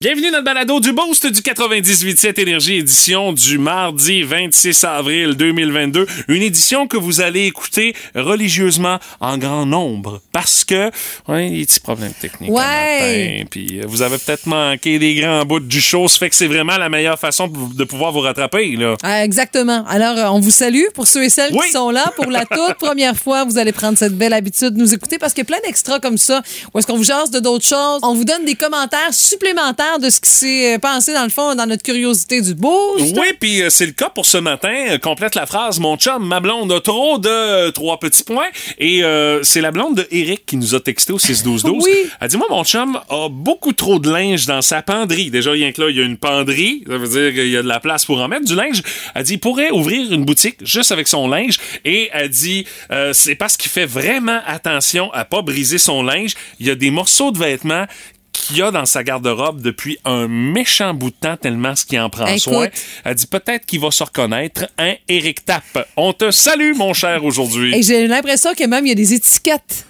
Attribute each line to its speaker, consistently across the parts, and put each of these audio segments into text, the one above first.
Speaker 1: Bienvenue dans le balado du Boost du 98.7 Énergie, édition du mardi 26 avril 2022. Une édition que vous allez écouter religieusement en grand nombre parce que, ouais, il y a des petits problèmes techniques. le
Speaker 2: Ouais.
Speaker 1: matin, Puis euh, vous avez peut-être manqué des grands bouts du show. Ça fait que c'est vraiment la meilleure façon de de pouvoir vous rattraper, là.
Speaker 2: Ah, exactement. Alors, euh, on vous salue pour ceux et celles
Speaker 1: Oui.
Speaker 2: qui sont là pour la toute première fois. Vous allez prendre cette belle habitude de nous écouter parce qu'il y a plein d'extras comme ça où est-ce qu'on vous jase de d'autres choses. On vous donne des commentaires supplémentaires de ce qui s'est euh, passé dans le fond, dans notre curiosité du boost.
Speaker 1: Oui, puis euh, c'est le cas pour ce matin. Euh, Complète la phrase, mon chum, ma blonde a trop de euh, trois petits points. Et euh, c'est la blonde de Eric qui nous a texté au 6-12-12.
Speaker 2: Oui.
Speaker 1: Elle dit, moi, mon chum a beaucoup trop de linge dans sa penderie. Déjà, rien que là, il y a une penderie. Ça veut dire qu'il y a de la place pour en mettre du linge. Elle dit, il pourrait ouvrir une boutique juste avec son linge. Et elle dit, euh, c'est parce qu'il fait vraiment attention à pas briser son linge. Il y a des morceaux de vêtements qu'il a dans sa garde-robe depuis un méchant bout de temps tellement ce qu'il en prend
Speaker 2: Écoute.
Speaker 1: soin. Elle dit peut-être qu'il va se reconnaître. Un Eric Tap. On te salue, mon cher,
Speaker 2: Et
Speaker 1: aujourd'hui.
Speaker 2: j'ai l'impression que même il y a des étiquettes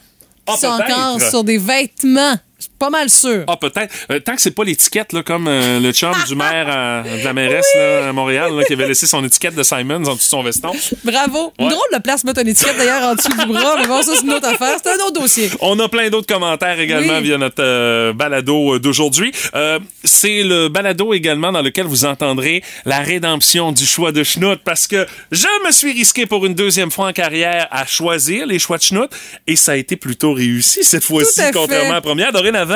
Speaker 1: Ah,
Speaker 2: qui sont
Speaker 1: peut-être.
Speaker 2: encore sur des vêtements. Je suis pas mal sûr.
Speaker 1: Ah, peut-être. Euh, tant que c'est pas l'étiquette, là, comme euh, le chum du maire euh, de la mairesse là, à Montréal, là, qui avait laissé son étiquette de Simons en dessous de son veston.
Speaker 2: Bravo.
Speaker 1: Ouais.
Speaker 2: Une drôle de place mettre une étiquette d'ailleurs en dessous du bras. Mais bon, ça, c'est une autre affaire. C'est un autre dossier.
Speaker 1: On a plein d'autres commentaires également
Speaker 2: Oui.
Speaker 1: via notre euh, balado euh, d'aujourd'hui. Euh, c'est le balado également dans lequel vous entendrez la rédemption du choix de Schnout parce que je me suis risqué pour une deuxième fois en carrière à choisir les choix de Schnout et ça a été plutôt réussi cette fois-ci
Speaker 2: à fait.
Speaker 1: contrairement à la première. Dorénavant,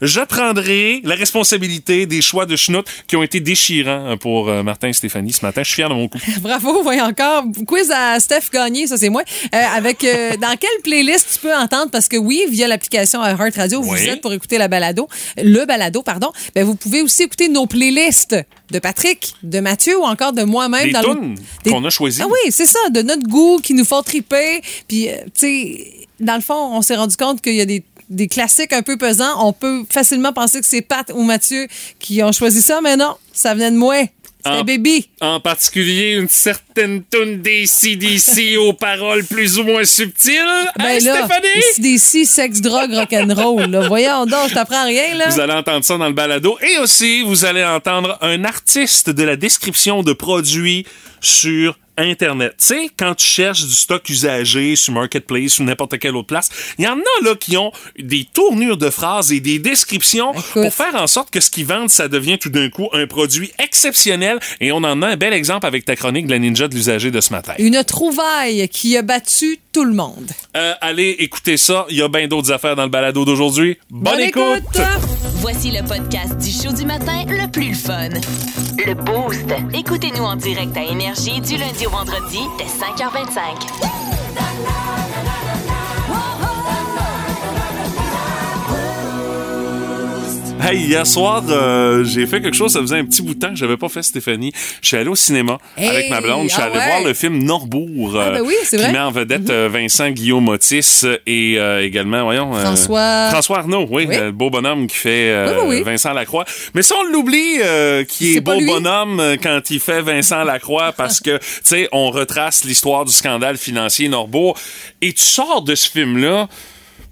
Speaker 1: je prendrai la responsabilité des choix de Schnout qui ont été déchirants pour euh, Martin et Stéphanie ce matin. Je suis fier de mon coup.
Speaker 2: Bravo, voyons encore. Quiz à Steph Gagné, ça c'est moi. Euh, avec euh, dans quelle playlist tu peux entendre parce que oui, via l'application Heart Radio, vous
Speaker 1: Oui.
Speaker 2: êtes pour écouter la balado, le balado pardon. Ben vous pouvez aussi écouter nos playlists de Patrick, de Mathieu ou encore de moi-même
Speaker 1: Des
Speaker 2: dans le-
Speaker 1: tunes
Speaker 2: des-
Speaker 1: qu'on a choisies.
Speaker 2: Ah oui, c'est ça, de notre goût qui nous font triper puis euh, tu sais dans le fond, on s'est rendu compte qu'il y a des des classiques un peu pesants, on peut facilement penser que c'est Pat ou Mathieu qui ont choisi ça, mais non, ça venait de moi. C'était
Speaker 1: Ah.
Speaker 2: Baby.
Speaker 1: En particulier, une certaine toune des CDC aux paroles plus ou moins subtiles. Hein,
Speaker 2: Ben là,
Speaker 1: Stéphanie?
Speaker 2: des six sexe, drogue, rock'n'roll. Là. Voyons donc, je t'apprends rien, là.
Speaker 1: Vous allez entendre ça dans le balado. Et aussi, vous allez entendre un artiste de la description de produits sur Internet. Tu sais, quand tu cherches du stock usagé sur Marketplace ou n'importe quelle autre place, il y en a là qui ont des tournures de phrases et des descriptions
Speaker 2: Écoute.
Speaker 1: pour faire en sorte que ce qu'ils vendent, ça devient tout d'un coup un produit exceptionnel. Et on en a un bel exemple avec ta chronique de la ninja de l'usager de ce matin.
Speaker 2: Une trouvaille qui a battu tout le monde.
Speaker 1: Euh, allez écouter ça. Il y a bien d'autres affaires dans le balado d'aujourd'hui. Bonne, écoute.
Speaker 3: Voici le podcast du show du matin le plus le fun. Le Boost. Écoutez-nous en direct à Énergie du lundi au vendredi dès 5h25.
Speaker 1: Hey, hier soir, euh, j'ai fait quelque chose, ça faisait un petit bout de temps que j'avais pas fait Stéphanie. Je suis allé au cinéma
Speaker 2: Hey,
Speaker 1: avec ma blonde, je suis
Speaker 2: ah
Speaker 1: allé
Speaker 2: ouais.
Speaker 1: voir le film Norbourg euh,
Speaker 2: Ah, ben oui, c'est
Speaker 1: qui
Speaker 2: vrai.
Speaker 1: met en vedette euh, Vincent Guillaume Otis et euh, également voyons euh,
Speaker 2: François-
Speaker 1: François Arnaud, oui,
Speaker 2: Oui.
Speaker 1: le beau bonhomme qui fait
Speaker 2: Oui,
Speaker 1: euh,
Speaker 2: oui, oui.
Speaker 1: Vincent Lacroix. Mais ça on l'oublie euh, qui est,
Speaker 2: C'est pas
Speaker 1: beau
Speaker 2: lui.
Speaker 1: bonhomme euh, quand il fait Vincent Lacroix parce que tu sais, on retrace l'histoire du scandale financier Norbourg et tu sors de ce film là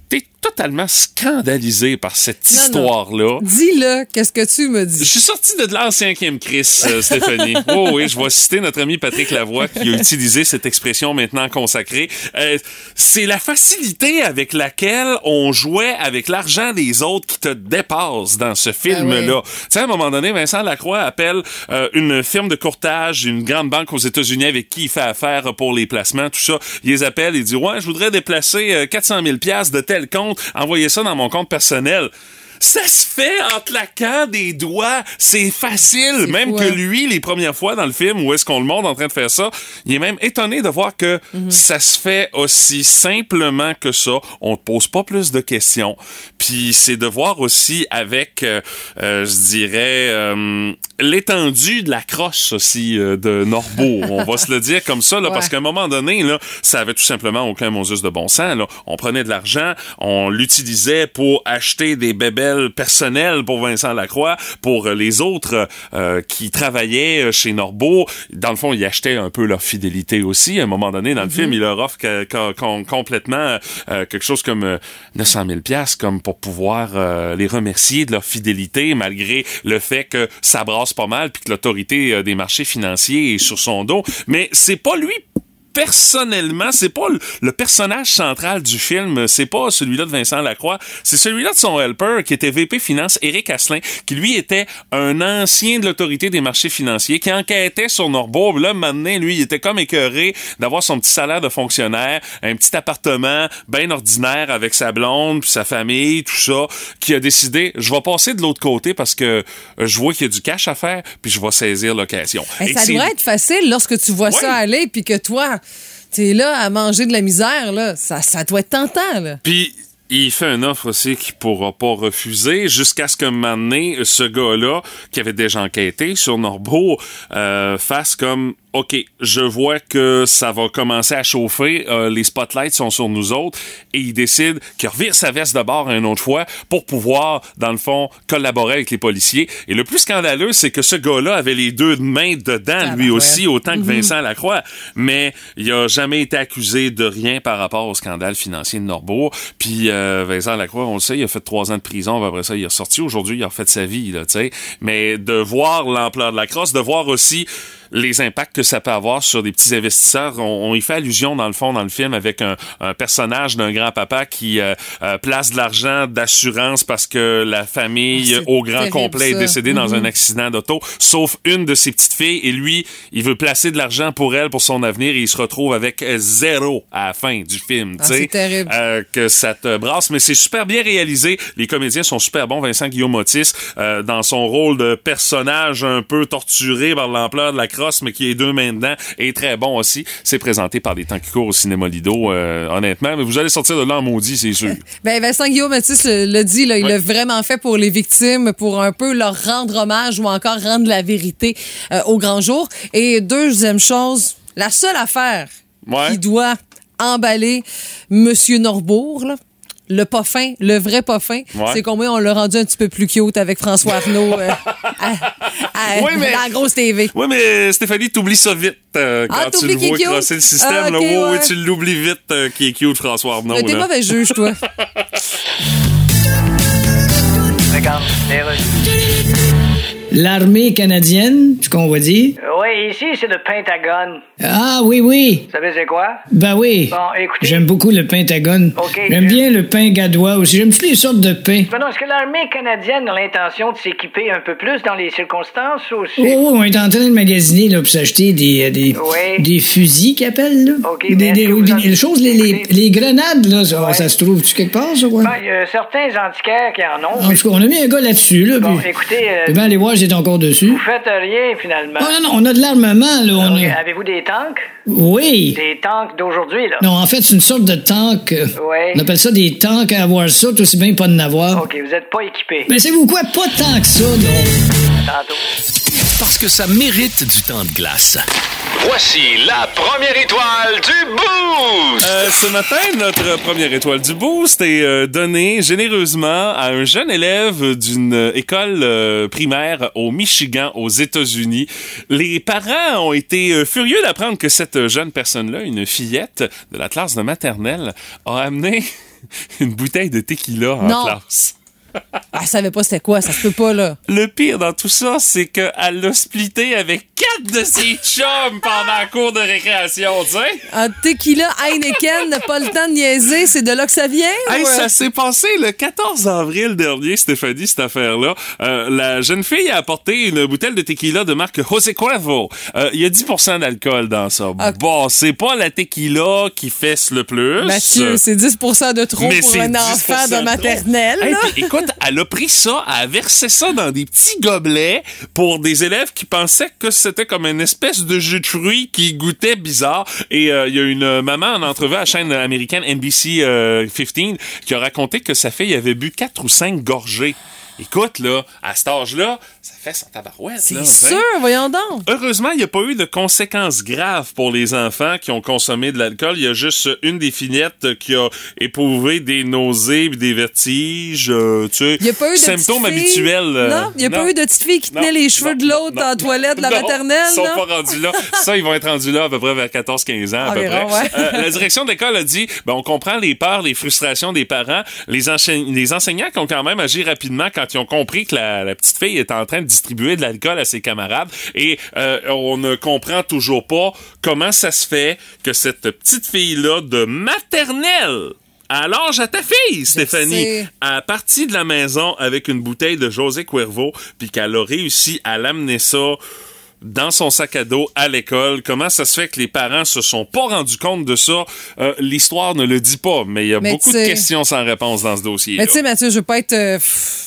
Speaker 1: T'es totalement scandalisé par cette
Speaker 2: Non, non.
Speaker 1: histoire-là.
Speaker 2: Dis-le, qu'est-ce que tu me
Speaker 1: Je
Speaker 2: dis?
Speaker 1: suis sorti de là en cinquième crise, euh, Stéphanie. Oh oui, je vais citer notre ami Patrick Lavoie qui a utilisé cette expression maintenant consacrée. Euh, c'est la facilité avec laquelle on jouait avec l'argent des autres qui te dépasse dans ce film-là. Tu sais, à un moment donné, Vincent Lacroix appelle euh, une firme de courtage, une grande banque aux États-Unis avec qui il fait affaire pour les placements, tout ça. Il les appelle, il dit « Ouais, je voudrais déplacer euh, 400 000 piastres de tel compte, envoyez ça dans mon compte personnel. » Ça se fait en claquant des doigts. C'est facile.
Speaker 2: C'est
Speaker 1: Même
Speaker 2: fou,
Speaker 1: que
Speaker 2: hein.
Speaker 1: lui, les premières fois dans le film où est-ce qu'on le montre en train de faire ça, il est même étonné de voir que ça se fait aussi simplement que ça. On te pose pas plus de questions. Puis c'est de voir aussi avec, euh, euh, je dirais, euh, l'étendue de la crosse aussi euh, de Norbourg. On va se le dire comme ça, là,
Speaker 2: Ouais.
Speaker 1: parce qu'à un moment donné, là, ça avait tout simplement aucun monsus de bon sens. Là. On prenait de l'argent, on l'utilisait pour acheter des bébés modèle personnel pour Vincent Lacroix, pour euh, les autres euh, qui travaillaient euh, chez Norbeau. Dans le fond, ils achetaient un peu leur fidélité aussi. À un moment donné, dans le film, il leur offre que- que- qu'on- complètement euh, quelque chose comme euh, 900 000 pièces comme pour pouvoir euh, les remercier de leur fidélité malgré le fait que ça brasse pas mal puis que l'autorité euh, des marchés financiers est sur son dos. Mais c'est pas lui personnellement, c'est pas le- le personnage central du film, c'est pas celui-là de Vincent Lacroix, c'est celui-là de son helper qui était VP Finance, Éric Asselin, qui lui était un ancien de l'autorité des marchés financiers, qui enquêtait sur Norbourg. Là, maintenant, lui, il était comme écœuré d'avoir son petit salaire de fonctionnaire, un petit appartement bien ordinaire avec sa blonde, puis sa famille, tout ça, qui a décidé, je vais passer de l'autre côté parce que euh, je vois qu'il y a du cash à faire, puis je vais saisir l'occasion.
Speaker 2: Hey,
Speaker 1: Et
Speaker 2: ça
Speaker 1: c'est-
Speaker 2: devrait être facile lorsque tu vois
Speaker 1: Ouais.
Speaker 2: ça aller puis que toi, t'es là à manger de la misère. Là. Ça, ça doit être tentant. Là.
Speaker 1: Puis il fait une offre aussi qu'il pourra pas refuser jusqu'à ce que un moment donné, ce gars-là, qui avait déjà enquêté sur Norbeau, euh, fasse comme OK, je vois que ça va commencer à chauffer, euh, les spotlights sont sur nous autres, et il décide qu'il revire sa veste de bord une autre fois pour pouvoir, dans le fond, collaborer avec les policiers. Et le plus scandaleux, c'est que ce gars-là avait les deux mains dedans, lui
Speaker 2: Tabarouette.
Speaker 1: aussi, autant
Speaker 2: Mhm.
Speaker 1: que Vincent Lacroix, mais il a jamais été accusé de rien par rapport au scandale financier de Norbourg. Puis euh, Vincent Lacroix, on le sait, il a fait trois ans de prison, puis après ça, il est sorti. Aujourd'hui, il a refait sa vie, là, tu sais. Mais de voir l'ampleur de la crosse, de voir aussi les impacts que ça peut avoir sur des petits investisseurs. On, on y fait allusion dans le fond dans le film avec un, un personnage d'un grand-papa qui euh, euh, place de l'argent d'assurance parce que la famille
Speaker 2: Ah, C'est
Speaker 1: au grand
Speaker 2: terrible,
Speaker 1: complet est
Speaker 2: ça.
Speaker 1: décédée dans un accident d'auto, sauf une de ses petites filles, et lui, il veut placer de l'argent pour elle, pour son avenir, et il se retrouve avec euh, zéro à la fin du film.
Speaker 2: Ah,
Speaker 1: tu sais.
Speaker 2: c'est terrible.
Speaker 1: Euh, que ça te brasse, mais c'est super bien réalisé. Les comédiens sont super bons. Vincent Guillaume Otis, euh, dans son rôle de personnage un peu torturé par l'ampleur de la crosse, mais qui est deux mains dedans, est très bon aussi. C'est présenté par des temps qui courent au cinéma Lido, euh, honnêtement, mais vous allez sortir de là en maudit, c'est sûr.
Speaker 2: Ben Vincent Guillaume Matisse le, le dit, là, il
Speaker 1: Oui.
Speaker 2: l'a vraiment fait pour les victimes, pour un peu leur rendre hommage ou encore rendre la vérité euh, au grand jour. Et deuxième chose, la seule affaire
Speaker 1: Ouais.
Speaker 2: qui doit emballer Monsieur Norbourg, là, le pas fin, le vrai pas fin,
Speaker 1: Ouais.
Speaker 2: c'est combien on l'a rendu un petit peu plus cute avec François Arnault euh, à, à-
Speaker 1: Oui, mais-
Speaker 2: dans la grosse TV.
Speaker 1: Oui, mais Stéphanie, t'oublies ça vite euh, quand
Speaker 2: Ah,
Speaker 1: tu le
Speaker 2: t'oublies qu'il
Speaker 1: vois
Speaker 2: est cute?
Speaker 1: crosser le système.
Speaker 2: Ah,
Speaker 1: là,
Speaker 2: ok,
Speaker 1: Ouais, ouais,
Speaker 2: ouais.
Speaker 1: tu l'oublies vite euh, qui est cute, François Arnaud.
Speaker 2: Mais T'es
Speaker 1: là.
Speaker 2: mauvais juge, toi.
Speaker 4: Regarde, les Russes.
Speaker 5: L'armée canadienne, ce qu'on va dire.
Speaker 4: Oui, ici, c'est le Pentagone.
Speaker 5: Ah oui, oui.
Speaker 4: Vous savez, c'est quoi?
Speaker 5: Ben oui.
Speaker 4: Bon, écoutez.
Speaker 5: J'aime beaucoup le Pentagone.
Speaker 4: Ok.
Speaker 5: J'aime bien le pain gadois aussi. J'aime toutes les sortes de pain.
Speaker 4: Ben non, est-ce que l'armée canadienne a l'intention de s'équiper un peu plus dans les circonstances ou
Speaker 5: Oh,
Speaker 4: c'est...
Speaker 5: oh, on est en train de magasiner là, pour s'acheter des, euh, des,
Speaker 4: Ouais.
Speaker 5: des fusils qu'ils appellent. Là.
Speaker 4: Ok, mais
Speaker 5: des,
Speaker 4: est-ce
Speaker 5: des,
Speaker 4: que vous
Speaker 5: puis
Speaker 4: en-
Speaker 5: les choses, les, les,
Speaker 4: Écoutez.
Speaker 5: les grenades, là, ça,
Speaker 4: Ouais.
Speaker 5: ça se trouve-tu quelque part, ça? Ouais?
Speaker 4: Ben, il y a certains antiquaires qui en ont.
Speaker 5: En tout cas, on a mis un gars là-dessus. Là,
Speaker 4: Bon,
Speaker 5: puis-
Speaker 4: écoutez, euh,
Speaker 5: puis Oh, ben, allez voir, j'étais encore dessus.
Speaker 4: vous faites rien, finalement.
Speaker 5: Oh non, non, on a de l'armement. Là, on
Speaker 4: Ok,
Speaker 5: a...
Speaker 4: Avez-vous des tanks?
Speaker 5: Oui.
Speaker 4: Des tanks d'aujourd'hui, là?
Speaker 5: Non, en fait, c'est une sorte de tank. euh,
Speaker 4: Ouais.
Speaker 5: On appelle ça des tanks à avoir ça, tout aussi bien pas de n'avoir.
Speaker 4: OK, vous n'êtes pas équipés.
Speaker 5: Mais savez-vous quoi? Pas tant que ça, non.
Speaker 4: Tantôt.
Speaker 6: Parce que ça mérite du temps de glace.
Speaker 7: Voici la première étoile du Boost!
Speaker 1: Euh, ce matin, notre première étoile du boost est euh, donnée généreusement à un jeune élève d'une euh, école euh, primaire au Michigan, aux États-Unis. Les parents ont été euh, furieux d'apprendre que cette jeune personne-là, une fillette de la classe de maternelle, a amené une bouteille de tequila en
Speaker 2: Non.
Speaker 1: classe.
Speaker 2: Ah, Elle savait pas c'était quoi, ça se peut pas, là.
Speaker 1: Le pire dans tout ça, c'est qu'elle l'a splitté avec quatre de ses chums pendant la cours de récréation, tu sais.
Speaker 2: Un Ah, tequila Heineken, n'a pas le temps de niaiser, c'est de là que ça vient?
Speaker 1: Hey,
Speaker 2: ou, euh?
Speaker 1: ça s'est passé le 14 avril dernier, Stéphanie, cette affaire-là. Euh, la jeune fille a apporté une bouteille de tequila de marque José Cuervo. Euh, Il y a 10 d'alcool dans ça.
Speaker 2: Ok.
Speaker 1: Bon, c'est pas la tequila qui fesse le plus.
Speaker 2: Mathieu, c'est 10 de trop
Speaker 1: Mais
Speaker 2: pour
Speaker 1: c'est
Speaker 2: un
Speaker 1: 10%
Speaker 2: enfant
Speaker 1: trop.
Speaker 2: de maternelle.
Speaker 1: Hey,
Speaker 2: là.
Speaker 1: puis écoute, elle a pris ça, elle a versé ça dans des petits gobelets pour des élèves qui pensaient que c'était comme une espèce de jus de fruits qui goûtait bizarre. Et euh, il y a une euh, maman en entrevue à la chaîne américaine NBC euh, 15 qui a raconté que sa fille avait bu quatre ou cinq gorgées Écoute, là, à cet âge-là, ça fait sans tabarouette. là,
Speaker 2: C'est
Speaker 1: tu sais.
Speaker 2: sûr, voyons donc.
Speaker 1: Heureusement, il n'y a pas eu de conséquences graves pour les enfants qui ont consommé de l'alcool. Il y a juste euh, une des finettes qui a éprouvé des nausées puis des vertiges, euh, tu sais,
Speaker 2: Il n'y a pas eu de
Speaker 1: symptômes
Speaker 2: petite fille-
Speaker 1: habituels. euh,
Speaker 2: non, il n'y a pas eu de petite fille qui
Speaker 1: Non,
Speaker 2: tenait les cheveux
Speaker 1: non,
Speaker 2: de l'autre
Speaker 1: non,
Speaker 2: dans la toilette de la
Speaker 1: non,
Speaker 2: maternelle.
Speaker 1: Ils sont
Speaker 2: non?
Speaker 1: pas rendus là. Ça, ils vont être rendus là à peu près vers 14-15 ans, à peu
Speaker 2: Environ,
Speaker 1: près.
Speaker 2: ah, ouais.
Speaker 1: Euh, la direction de l'école a dit, ben, on comprend les peurs, les frustrations des parents, les, enchaî- les enseignants qui ont quand même agi rapidement quand ils ont compris que la, la petite fille est en train de distribuer de l'alcool à ses camarades. Et euh, on ne comprend toujours pas comment ça se fait que cette petite fille-là de maternelle à l'âge à ta fille, Stéphanie,
Speaker 2: sais.
Speaker 1: à partir de la maison avec une bouteille de José Cuervo, puis qu'elle a réussi à l'amener ça dans son sac à dos à l'école. Comment ça se fait que les parents se sont pas rendus compte de ça? Euh, L'histoire ne le dit pas, mais il y a
Speaker 2: Mais
Speaker 1: beaucoup
Speaker 2: tu
Speaker 1: de
Speaker 2: sais-
Speaker 1: questions sans réponse dans ce dossier.
Speaker 2: Mais tu sais, Mathieu, je veux pas être. euh, pff,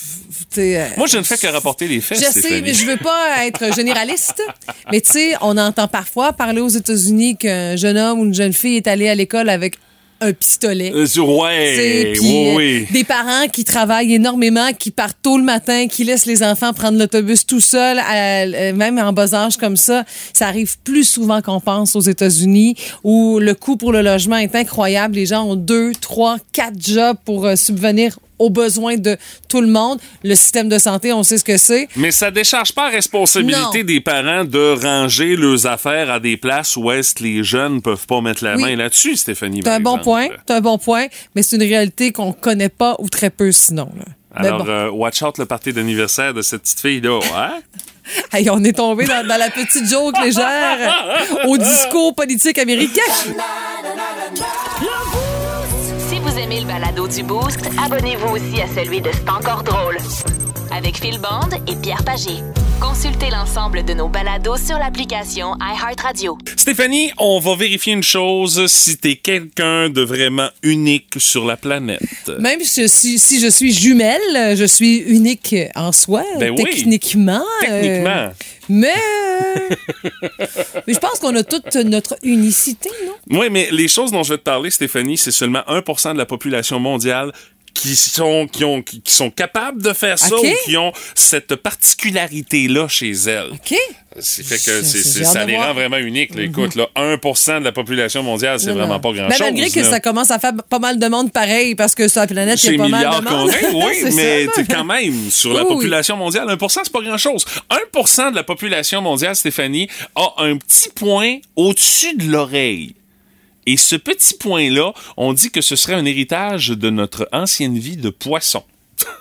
Speaker 2: tu sais, euh,
Speaker 1: Moi, je ne fais que rapporter les faits,
Speaker 2: Je sais,
Speaker 1: Stéphanie.
Speaker 2: mais je veux pas être généraliste. mais tu sais, on entend parfois parler aux États-Unis qu'un jeune homme ou une jeune fille est allé à l'école avec un pistolet.
Speaker 1: Euh, sur-
Speaker 2: Tu sais,
Speaker 1: ouais,
Speaker 2: puis,
Speaker 1: oui,
Speaker 2: euh,
Speaker 1: oui.
Speaker 2: Des parents qui travaillent énormément, qui partent tôt le matin, qui laissent les enfants prendre l'autobus tout seuls, à- euh, même en bas âge comme ça. Ça arrive plus souvent qu'on pense aux États-Unis, où le coût pour le logement est incroyable. Les gens ont deux, trois, quatre jobs pour euh, subvenir aux besoins de tout le monde. Le système de santé, on sait ce que c'est.
Speaker 1: Mais ça décharge pas la responsabilité
Speaker 2: Non.
Speaker 1: des parents de ranger leurs affaires à des places où est-ce que les jeunes peuvent pas mettre la
Speaker 2: Oui.
Speaker 1: main là-dessus, Stéphanie.
Speaker 2: C'est
Speaker 1: par
Speaker 2: un bon
Speaker 1: exemple.
Speaker 2: point, c'est un bon point, mais c'est une réalité qu'on connaît pas ou très peu sinon. là. Mais
Speaker 1: Alors,
Speaker 2: bon.
Speaker 1: euh, watch out le party d'anniversaire de cette petite fille-là. hein?
Speaker 2: Hey, on est tombé dans, dans la petite joke légère au discours politique américain.
Speaker 3: Si vous aimez le balado du Boost, abonnez-vous aussi à celui de C'est encore drôle. Avec Phil Bond et Pierre Pagé. Consultez l'ensemble de nos balados sur l'application iHeartRadio.
Speaker 1: Stéphanie, on va vérifier une chose si t'es quelqu'un de vraiment unique sur la planète.
Speaker 2: Même si je suis, si je suis jumelle, euh, je suis unique en soi,
Speaker 1: Ben oui.
Speaker 2: techniquement. euh,
Speaker 1: Techniquement.
Speaker 2: mais, euh, mais je pense qu'on a toute notre unicité, non?
Speaker 1: Oui, mais les choses dont je vais te parler, Stéphanie, c'est seulement 1% de la population mondiale qui sont qui ont qui qui sont capables de faire ça
Speaker 2: Ok.
Speaker 1: ou qui ont cette particularité là chez elles.
Speaker 2: OK?
Speaker 1: C'est fait que
Speaker 2: Ça,
Speaker 1: c'est-
Speaker 2: c'est-
Speaker 1: c'est-
Speaker 2: j'ai hâte
Speaker 1: ça
Speaker 2: de
Speaker 1: les
Speaker 2: voir.
Speaker 1: rend vraiment uniques. là. Écoute, là, 1% de la population mondiale, c'est
Speaker 2: Non,
Speaker 1: vraiment
Speaker 2: non.
Speaker 1: pas
Speaker 2: Ben,
Speaker 1: grand-chose.
Speaker 2: malgré que
Speaker 1: là.
Speaker 2: ça commence à faire pas mal de monde pareil, parce que sur la planète, il y
Speaker 1: Chez
Speaker 2: a pas mal
Speaker 1: milliards
Speaker 2: de
Speaker 1: qu'on
Speaker 2: monde.
Speaker 1: est, oui,
Speaker 2: C'est
Speaker 1: mais
Speaker 2: ça.
Speaker 1: t'es quand même sur la
Speaker 2: Oui, oui.
Speaker 1: population mondiale, 1%, c'est pas grand-chose. 1% de la population mondiale, Stéphanie, a un petit point au-dessus de l'oreille. Et ce petit point-là, on dit que ce serait un héritage de notre ancienne vie de poisson.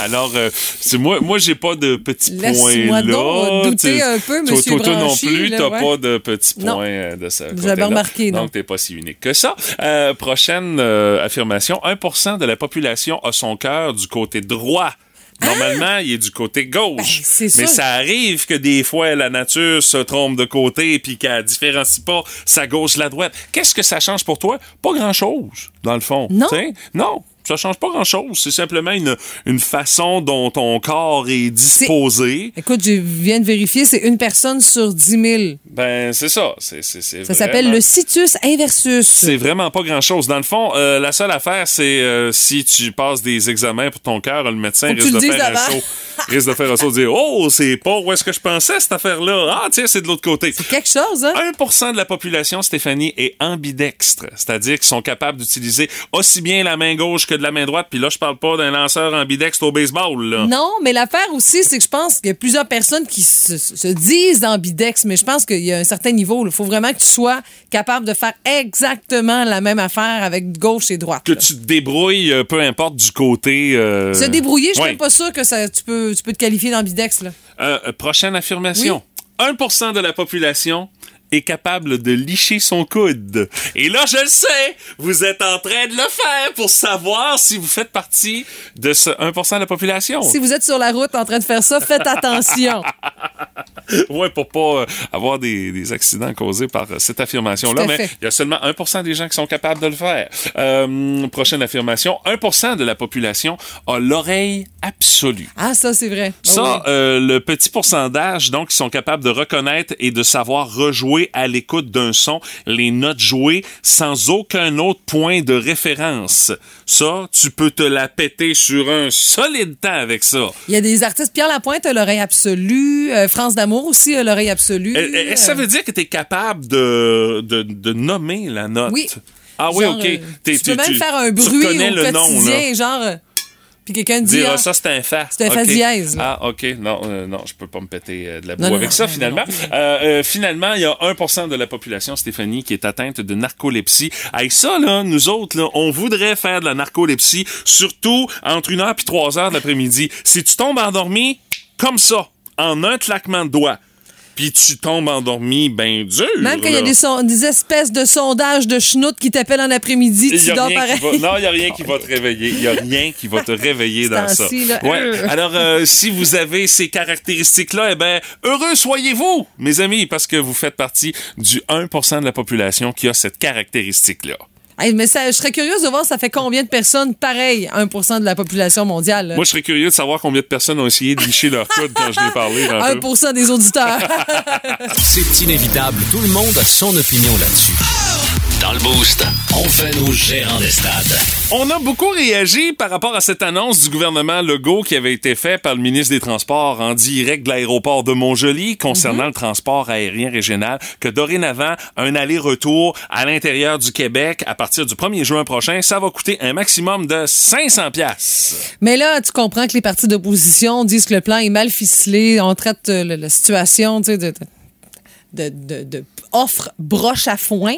Speaker 1: Alors, euh, c'est moi, moi, j'ai pas de petit point là.
Speaker 2: Laisse-moi donc douter
Speaker 1: Tu-
Speaker 2: un peu,
Speaker 1: toi,
Speaker 2: Monsieur
Speaker 1: toi, toi non
Speaker 2: Branchi,
Speaker 1: plus,
Speaker 2: là,
Speaker 1: t'as
Speaker 2: ouais.
Speaker 1: pas de petit
Speaker 2: Non.
Speaker 1: point euh, de ça.
Speaker 2: Vous avez remarqué, non.
Speaker 1: Donc, t'es pas si unique que ça. Euh, prochaine euh, affirmation. 1% de la population a son cœur du côté droit. Normalement, il est du côté gauche.
Speaker 2: Ah! Ben, c'est
Speaker 1: Mais
Speaker 2: sûr.
Speaker 1: ça arrive que des fois, la nature se trompe de côté puis qu'elle différencie pas sa gauche de la droite. Qu'est-ce que ça change pour toi? Pas grand-chose, dans le fond.
Speaker 2: Non.
Speaker 1: T'sais? Non. Ça change pas grand-chose. C'est simplement une, une façon dont ton corps est disposé.
Speaker 2: Écoute, je viens de vérifier, c'est une personne sur 10 000.
Speaker 1: Ben, c'est ça. C'est, c'est, c'est
Speaker 2: Ça s'appelle
Speaker 1: vraiment-
Speaker 2: le situs inversus.
Speaker 1: C'est vraiment pas grand-chose. Dans le fond, euh, la seule affaire, c'est euh, si tu passes des examens pour ton cœur, le médecin
Speaker 2: Faut que
Speaker 1: risque
Speaker 2: tu
Speaker 1: de,
Speaker 2: le
Speaker 1: faire
Speaker 2: dises
Speaker 1: un
Speaker 2: avant.
Speaker 1: saut, risque de faire un saut de dire « Oh, c'est pas où est-ce que je pensais, cette affaire-là. Ah, tiens, c'est de l'autre côté. »
Speaker 2: Quelque chose, hein?
Speaker 1: 1% de la population, Stéphanie, est ambidextre, c'est-à-dire qu'ils sont capables d'utiliser aussi bien la main gauche que de la main droite. Puis là, je parle pas d'un lanceur ambidextre au baseball. Là.
Speaker 2: Non, mais l'affaire aussi, c'est que je pense qu'il y a plusieurs personnes qui se, se disent ambidex, mais je pense qu'il y a un certain niveau. Il faut vraiment que tu sois capable de faire exactement la même affaire avec gauche et droite.
Speaker 1: Que
Speaker 2: là.
Speaker 1: tu te débrouilles, euh, peu importe du côté... euh,
Speaker 2: Se débrouiller, je suis
Speaker 1: ouais.
Speaker 2: même pas sûre que ça, tu, peux, tu peux te qualifier d'ambidex. là.
Speaker 1: Euh, euh, prochaine affirmation. 1% de la population est capable de licher son coude. Et là, je le sais, vous êtes en train de le faire pour savoir si vous faites partie de ce 1% de la population.
Speaker 2: Si vous êtes sur la route en train de faire ça, faites attention.
Speaker 1: ouais, pour pas euh, avoir des, des accidents causés par euh, cette affirmation-là.
Speaker 2: Tout à
Speaker 1: Mais
Speaker 2: fait.
Speaker 1: il y a seulement 1 des gens qui sont capables de le faire. Euh, prochaine affirmation. 1 de la population a l'oreille absolue.
Speaker 2: Ah, ça, c'est vrai. Ah
Speaker 1: Ça,
Speaker 2: oui.
Speaker 1: euh, le petit pourcentage, donc, ils sont capables de reconnaître et de savoir rejouer à l'écoute d'un son les notes jouées sans aucun autre point de référence. Ça, tu peux te la péter sur un solide temps avec ça.
Speaker 2: Il y a des artistes. Pierre Lapointe a l'oreille absolue. Euh, France d'amour aussi a l'oreille absolue. euh,
Speaker 1: Et- et- et ça veut dire Euh, que tu es capable de, de, de nommer la note.
Speaker 2: Oui.
Speaker 1: Ah oui,
Speaker 2: Genre,
Speaker 1: OK.
Speaker 2: euh,
Speaker 1: T'es-
Speaker 2: tu peux
Speaker 1: tu-
Speaker 2: même
Speaker 1: tu-
Speaker 2: faire un
Speaker 1: tu
Speaker 2: bruit au
Speaker 1: reconnais
Speaker 2: quotidien,
Speaker 1: le nom, là.
Speaker 2: genre. euh, Puis quelqu'un dit.
Speaker 1: Dire
Speaker 2: ah,
Speaker 1: ah, ça, c'est un fa.
Speaker 2: C'est un fa
Speaker 1: OK.
Speaker 2: dièse.
Speaker 1: Ah, OK. Non, euh, non, je peux pas me péter euh, de la boue
Speaker 2: Non, non,
Speaker 1: avec
Speaker 2: non,
Speaker 1: ça,
Speaker 2: non,
Speaker 1: finalement. Euh, euh, finalement, il y a 1 de la population, Stéphanie, qui est atteinte de narcolepsie. Avec ça, là, nous autres, là, on voudrait faire de la narcolepsie, surtout entre 1 heure puis 3 heures de l'après-midi. Si tu tombes endormi, comme ça, en un claquement de doigts, puis tu tombes endormi, ben dur.
Speaker 2: Même quand il y a
Speaker 1: là.
Speaker 2: des, son- des espèces de sondages de schnout qui t'appellent en après-midi,
Speaker 1: Il y
Speaker 2: tu
Speaker 1: a
Speaker 2: dors
Speaker 1: rien
Speaker 2: pareil.
Speaker 1: qui va- non, il n'y a rien qui va te réveiller. Il n'y a rien qui va te réveiller dans ça.
Speaker 2: temps-ci, là,
Speaker 1: Ouais.
Speaker 2: euh.
Speaker 1: Alors, euh, si vous avez ces caractéristiques-là, eh ben, heureux soyez-vous, mes amis, parce que vous faites partie du 1% de la population qui a cette caractéristique-là.
Speaker 2: Hey, mais ça, je serais curieuse de voir ça fait combien de personnes pareil, 1 de la population mondiale. là.
Speaker 1: Moi, je serais curieux de savoir combien de personnes ont essayé de licher leur coude quand je l'ai parlé. tantôt.
Speaker 2: 1 des auditeurs.
Speaker 6: C'est inévitable. Tout le monde a son opinion là-dessus. Dans le boost, on fait nos gérants des stades.
Speaker 1: On a beaucoup réagi par rapport à cette annonce du gouvernement Legault qui avait été faite par le ministre des Transports en direct de l'aéroport de Montjoly concernant
Speaker 2: Mhm.
Speaker 1: le transport aérien régional que dorénavant, un aller-retour à l'intérieur du Québec à partir du 1er juin prochain, ça va coûter un maximum de 500 pièces.
Speaker 2: mais là, tu comprends que les partis d'opposition disent que le plan est mal ficelé. On traite euh, le- la situation tu sais, de, de, de- de offre broche à foin.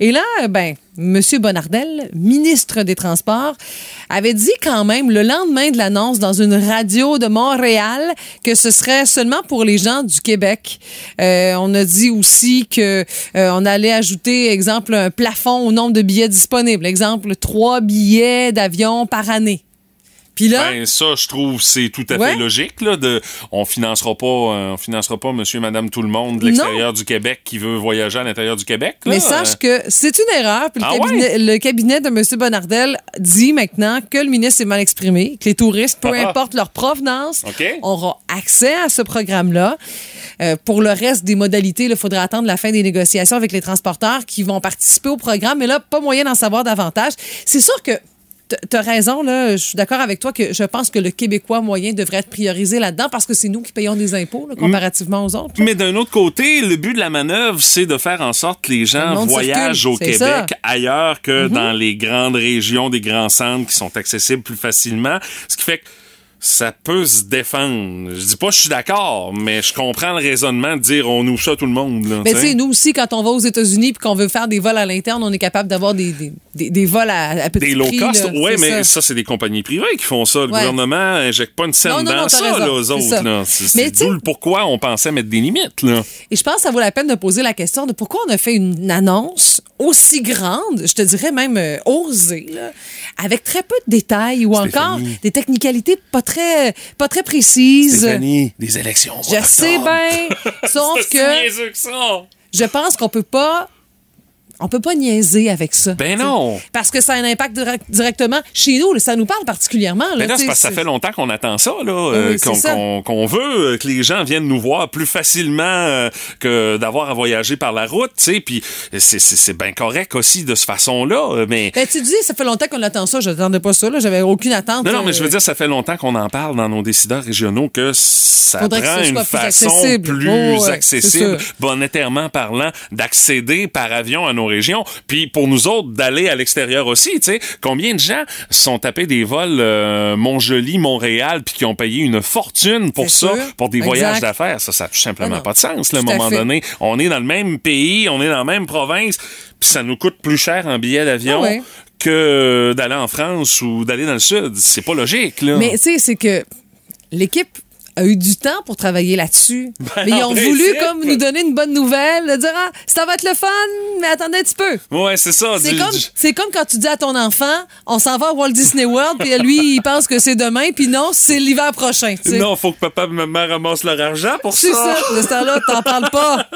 Speaker 2: Et là, euh, ben, M. Bonnardel, ministre des Transports, avait dit quand même le lendemain de l'annonce dans une radio de Montréal que ce serait seulement pour les gens du Québec. Euh, on a dit aussi que euh, on allait ajouter, exemple, un plafond au nombre de billets disponibles. Exemple, trois billets d'avion par année. Puis là,
Speaker 1: Ben ça, je trouve, c'est tout à
Speaker 2: Ouais.
Speaker 1: fait logique là. De, on financera pas, euh, on financera pas Monsieur, et Madame, tout le monde de l'extérieur du Québec qui veut voyager à l'intérieur du Québec. là.
Speaker 2: Mais sache que c'est une erreur. Puis le,
Speaker 1: Ah ouais?
Speaker 2: cabinet, le cabinet de M. Bonnardel dit maintenant que le ministre est mal exprimé, que les touristes, peu
Speaker 1: Ah.
Speaker 2: importe leur provenance,
Speaker 1: OK.
Speaker 2: auront accès à ce programme-là. Euh, pour le reste des modalités, il faudra attendre la fin des négociations avec les transporteurs qui vont participer au programme. Mais là, pas moyen d'en savoir davantage. C'est sûr que t- T'as raison, là. Je suis d'accord avec toi que je pense que le Québécois moyen devrait être priorisé là-dedans parce que c'est nous qui payons des impôts, là, comparativement aux autres.
Speaker 1: Mais d'un autre côté, le but de la manœuvre, c'est de faire en sorte que les
Speaker 2: le
Speaker 1: gens
Speaker 2: monde
Speaker 1: voyagent
Speaker 2: circule,
Speaker 1: au
Speaker 2: c'est
Speaker 1: Québec
Speaker 2: ça. Mhm.
Speaker 1: ailleurs que dans les grandes régions des grands centres qui sont accessibles plus facilement. Ce qui fait que ça peut se défendre. Je dis pas que je suis d'accord, mais je comprends le raisonnement de dire on ouvre ça à tout le monde. Là,
Speaker 2: Mais
Speaker 1: tu
Speaker 2: tu
Speaker 1: sais.
Speaker 2: sais, nous aussi, quand on va aux États-Unis puis qu'on veut faire des vols à l'interne, on est capable d'avoir des, des, des, des vols à, à petit
Speaker 1: Des low
Speaker 2: prix,
Speaker 1: cost,
Speaker 2: là.
Speaker 1: ouais,
Speaker 2: C'est
Speaker 1: mais ça,
Speaker 2: ça.
Speaker 1: c'est des compagnies privées qui font ça. Le
Speaker 2: Ouais.
Speaker 1: gouvernement injecte pas une scène
Speaker 2: Non, non,
Speaker 1: dans
Speaker 2: non, t'as
Speaker 1: ça,
Speaker 2: raison.
Speaker 1: là, aux
Speaker 2: C'est
Speaker 1: autres.
Speaker 2: ça.
Speaker 1: là. C'est
Speaker 2: Mais
Speaker 1: c'est
Speaker 2: tu sais-
Speaker 1: d'où le pourquoi on pensait mettre des limites. Là.
Speaker 2: Et je pense que ça vaut la peine de poser la question de pourquoi on a fait une annonce aussi grande, je te dirais même euh, osée, là, avec très peu de détails ou encore
Speaker 1: Stéphanie.
Speaker 2: des technicalités pas très, pas très précises.
Speaker 1: Stéphanie, des élections. au mois
Speaker 2: Je sais
Speaker 1: d'octobre.
Speaker 2: bien, sauf
Speaker 1: C'est aussi
Speaker 2: que
Speaker 1: niaiseux que ça.
Speaker 2: je pense qu'on peut pas, on peut pas niaiser avec ça.
Speaker 1: Ben non.
Speaker 2: Parce que ça a un impact direct- directement chez nous, là, ça nous parle particulièrement. là,
Speaker 1: Mais là,
Speaker 2: tu
Speaker 1: Ben c'est
Speaker 2: sais,
Speaker 1: parce que ça
Speaker 2: c'est- Ben
Speaker 1: fait longtemps qu'on attend ça, là, euh,
Speaker 2: Oui, c'est
Speaker 1: qu'on,
Speaker 2: ça.
Speaker 1: qu'on- qu'on veut euh, que les gens viennent nous voir plus facilement euh, que d'avoir à voyager par la route, tu sais, puis c'est, c'est, c'est bien correct aussi de cette façon-là, euh, mais...
Speaker 2: Ben, tu dis, ça fait longtemps qu'on attend ça. Je n'attendais pas ça. là. J'avais aucune attente.
Speaker 1: Non, non, mais
Speaker 2: euh,
Speaker 1: je veux dire, ça fait longtemps qu'on en parle dans nos décideurs régionaux que ça
Speaker 2: Faudrait que
Speaker 1: prend
Speaker 2: ce soit
Speaker 1: une
Speaker 2: plus
Speaker 1: façon
Speaker 2: accessible.
Speaker 1: plus
Speaker 2: Oh, ouais,
Speaker 1: accessible,
Speaker 2: c'est sûr.
Speaker 1: monétairement parlant, d'accéder par avion à nos régions. Puis pour nous autres, d'aller à l'extérieur aussi, tu sais. Combien de gens se sont tapés des vols euh, Montjoli, Montréal, puis qui ont payé une fortune pour
Speaker 2: C'est
Speaker 1: ça,
Speaker 2: sûr.
Speaker 1: pour des
Speaker 2: Exact.
Speaker 1: voyages d'affaires? Ça, ça n'a tout simplement
Speaker 2: Non, non.
Speaker 1: pas de sens, là, à un
Speaker 2: Tout à
Speaker 1: moment
Speaker 2: fait.
Speaker 1: donné. On est dans le même pays, on est dans la même province, puis ça nous coûte plus cher en billet d'avion.
Speaker 2: Ah ouais.
Speaker 1: que d'aller en France ou d'aller dans le sud, c'est pas logique là.
Speaker 2: Mais tu sais, c'est que l'équipe a eu du temps pour travailler là-dessus.
Speaker 1: Ben,
Speaker 2: mais ils
Speaker 1: en
Speaker 2: ont voulu
Speaker 1: principe.
Speaker 2: comme nous donner une bonne nouvelle, de dire ah, ça va être le fun, mais attendez un petit peu.
Speaker 1: Ouais, c'est ça.
Speaker 2: C'est
Speaker 1: du-
Speaker 2: comme,
Speaker 1: du-
Speaker 2: c'est comme quand tu dis à ton enfant, on s'en va à Walt Disney World, puis lui, il pense que c'est demain, puis non, c'est l'hiver prochain. tu sais.
Speaker 1: Non, faut que papa et maman ramassent leur argent pour
Speaker 2: C'est ça,
Speaker 1: ça.
Speaker 2: de ce temps-là, t'en parles pas.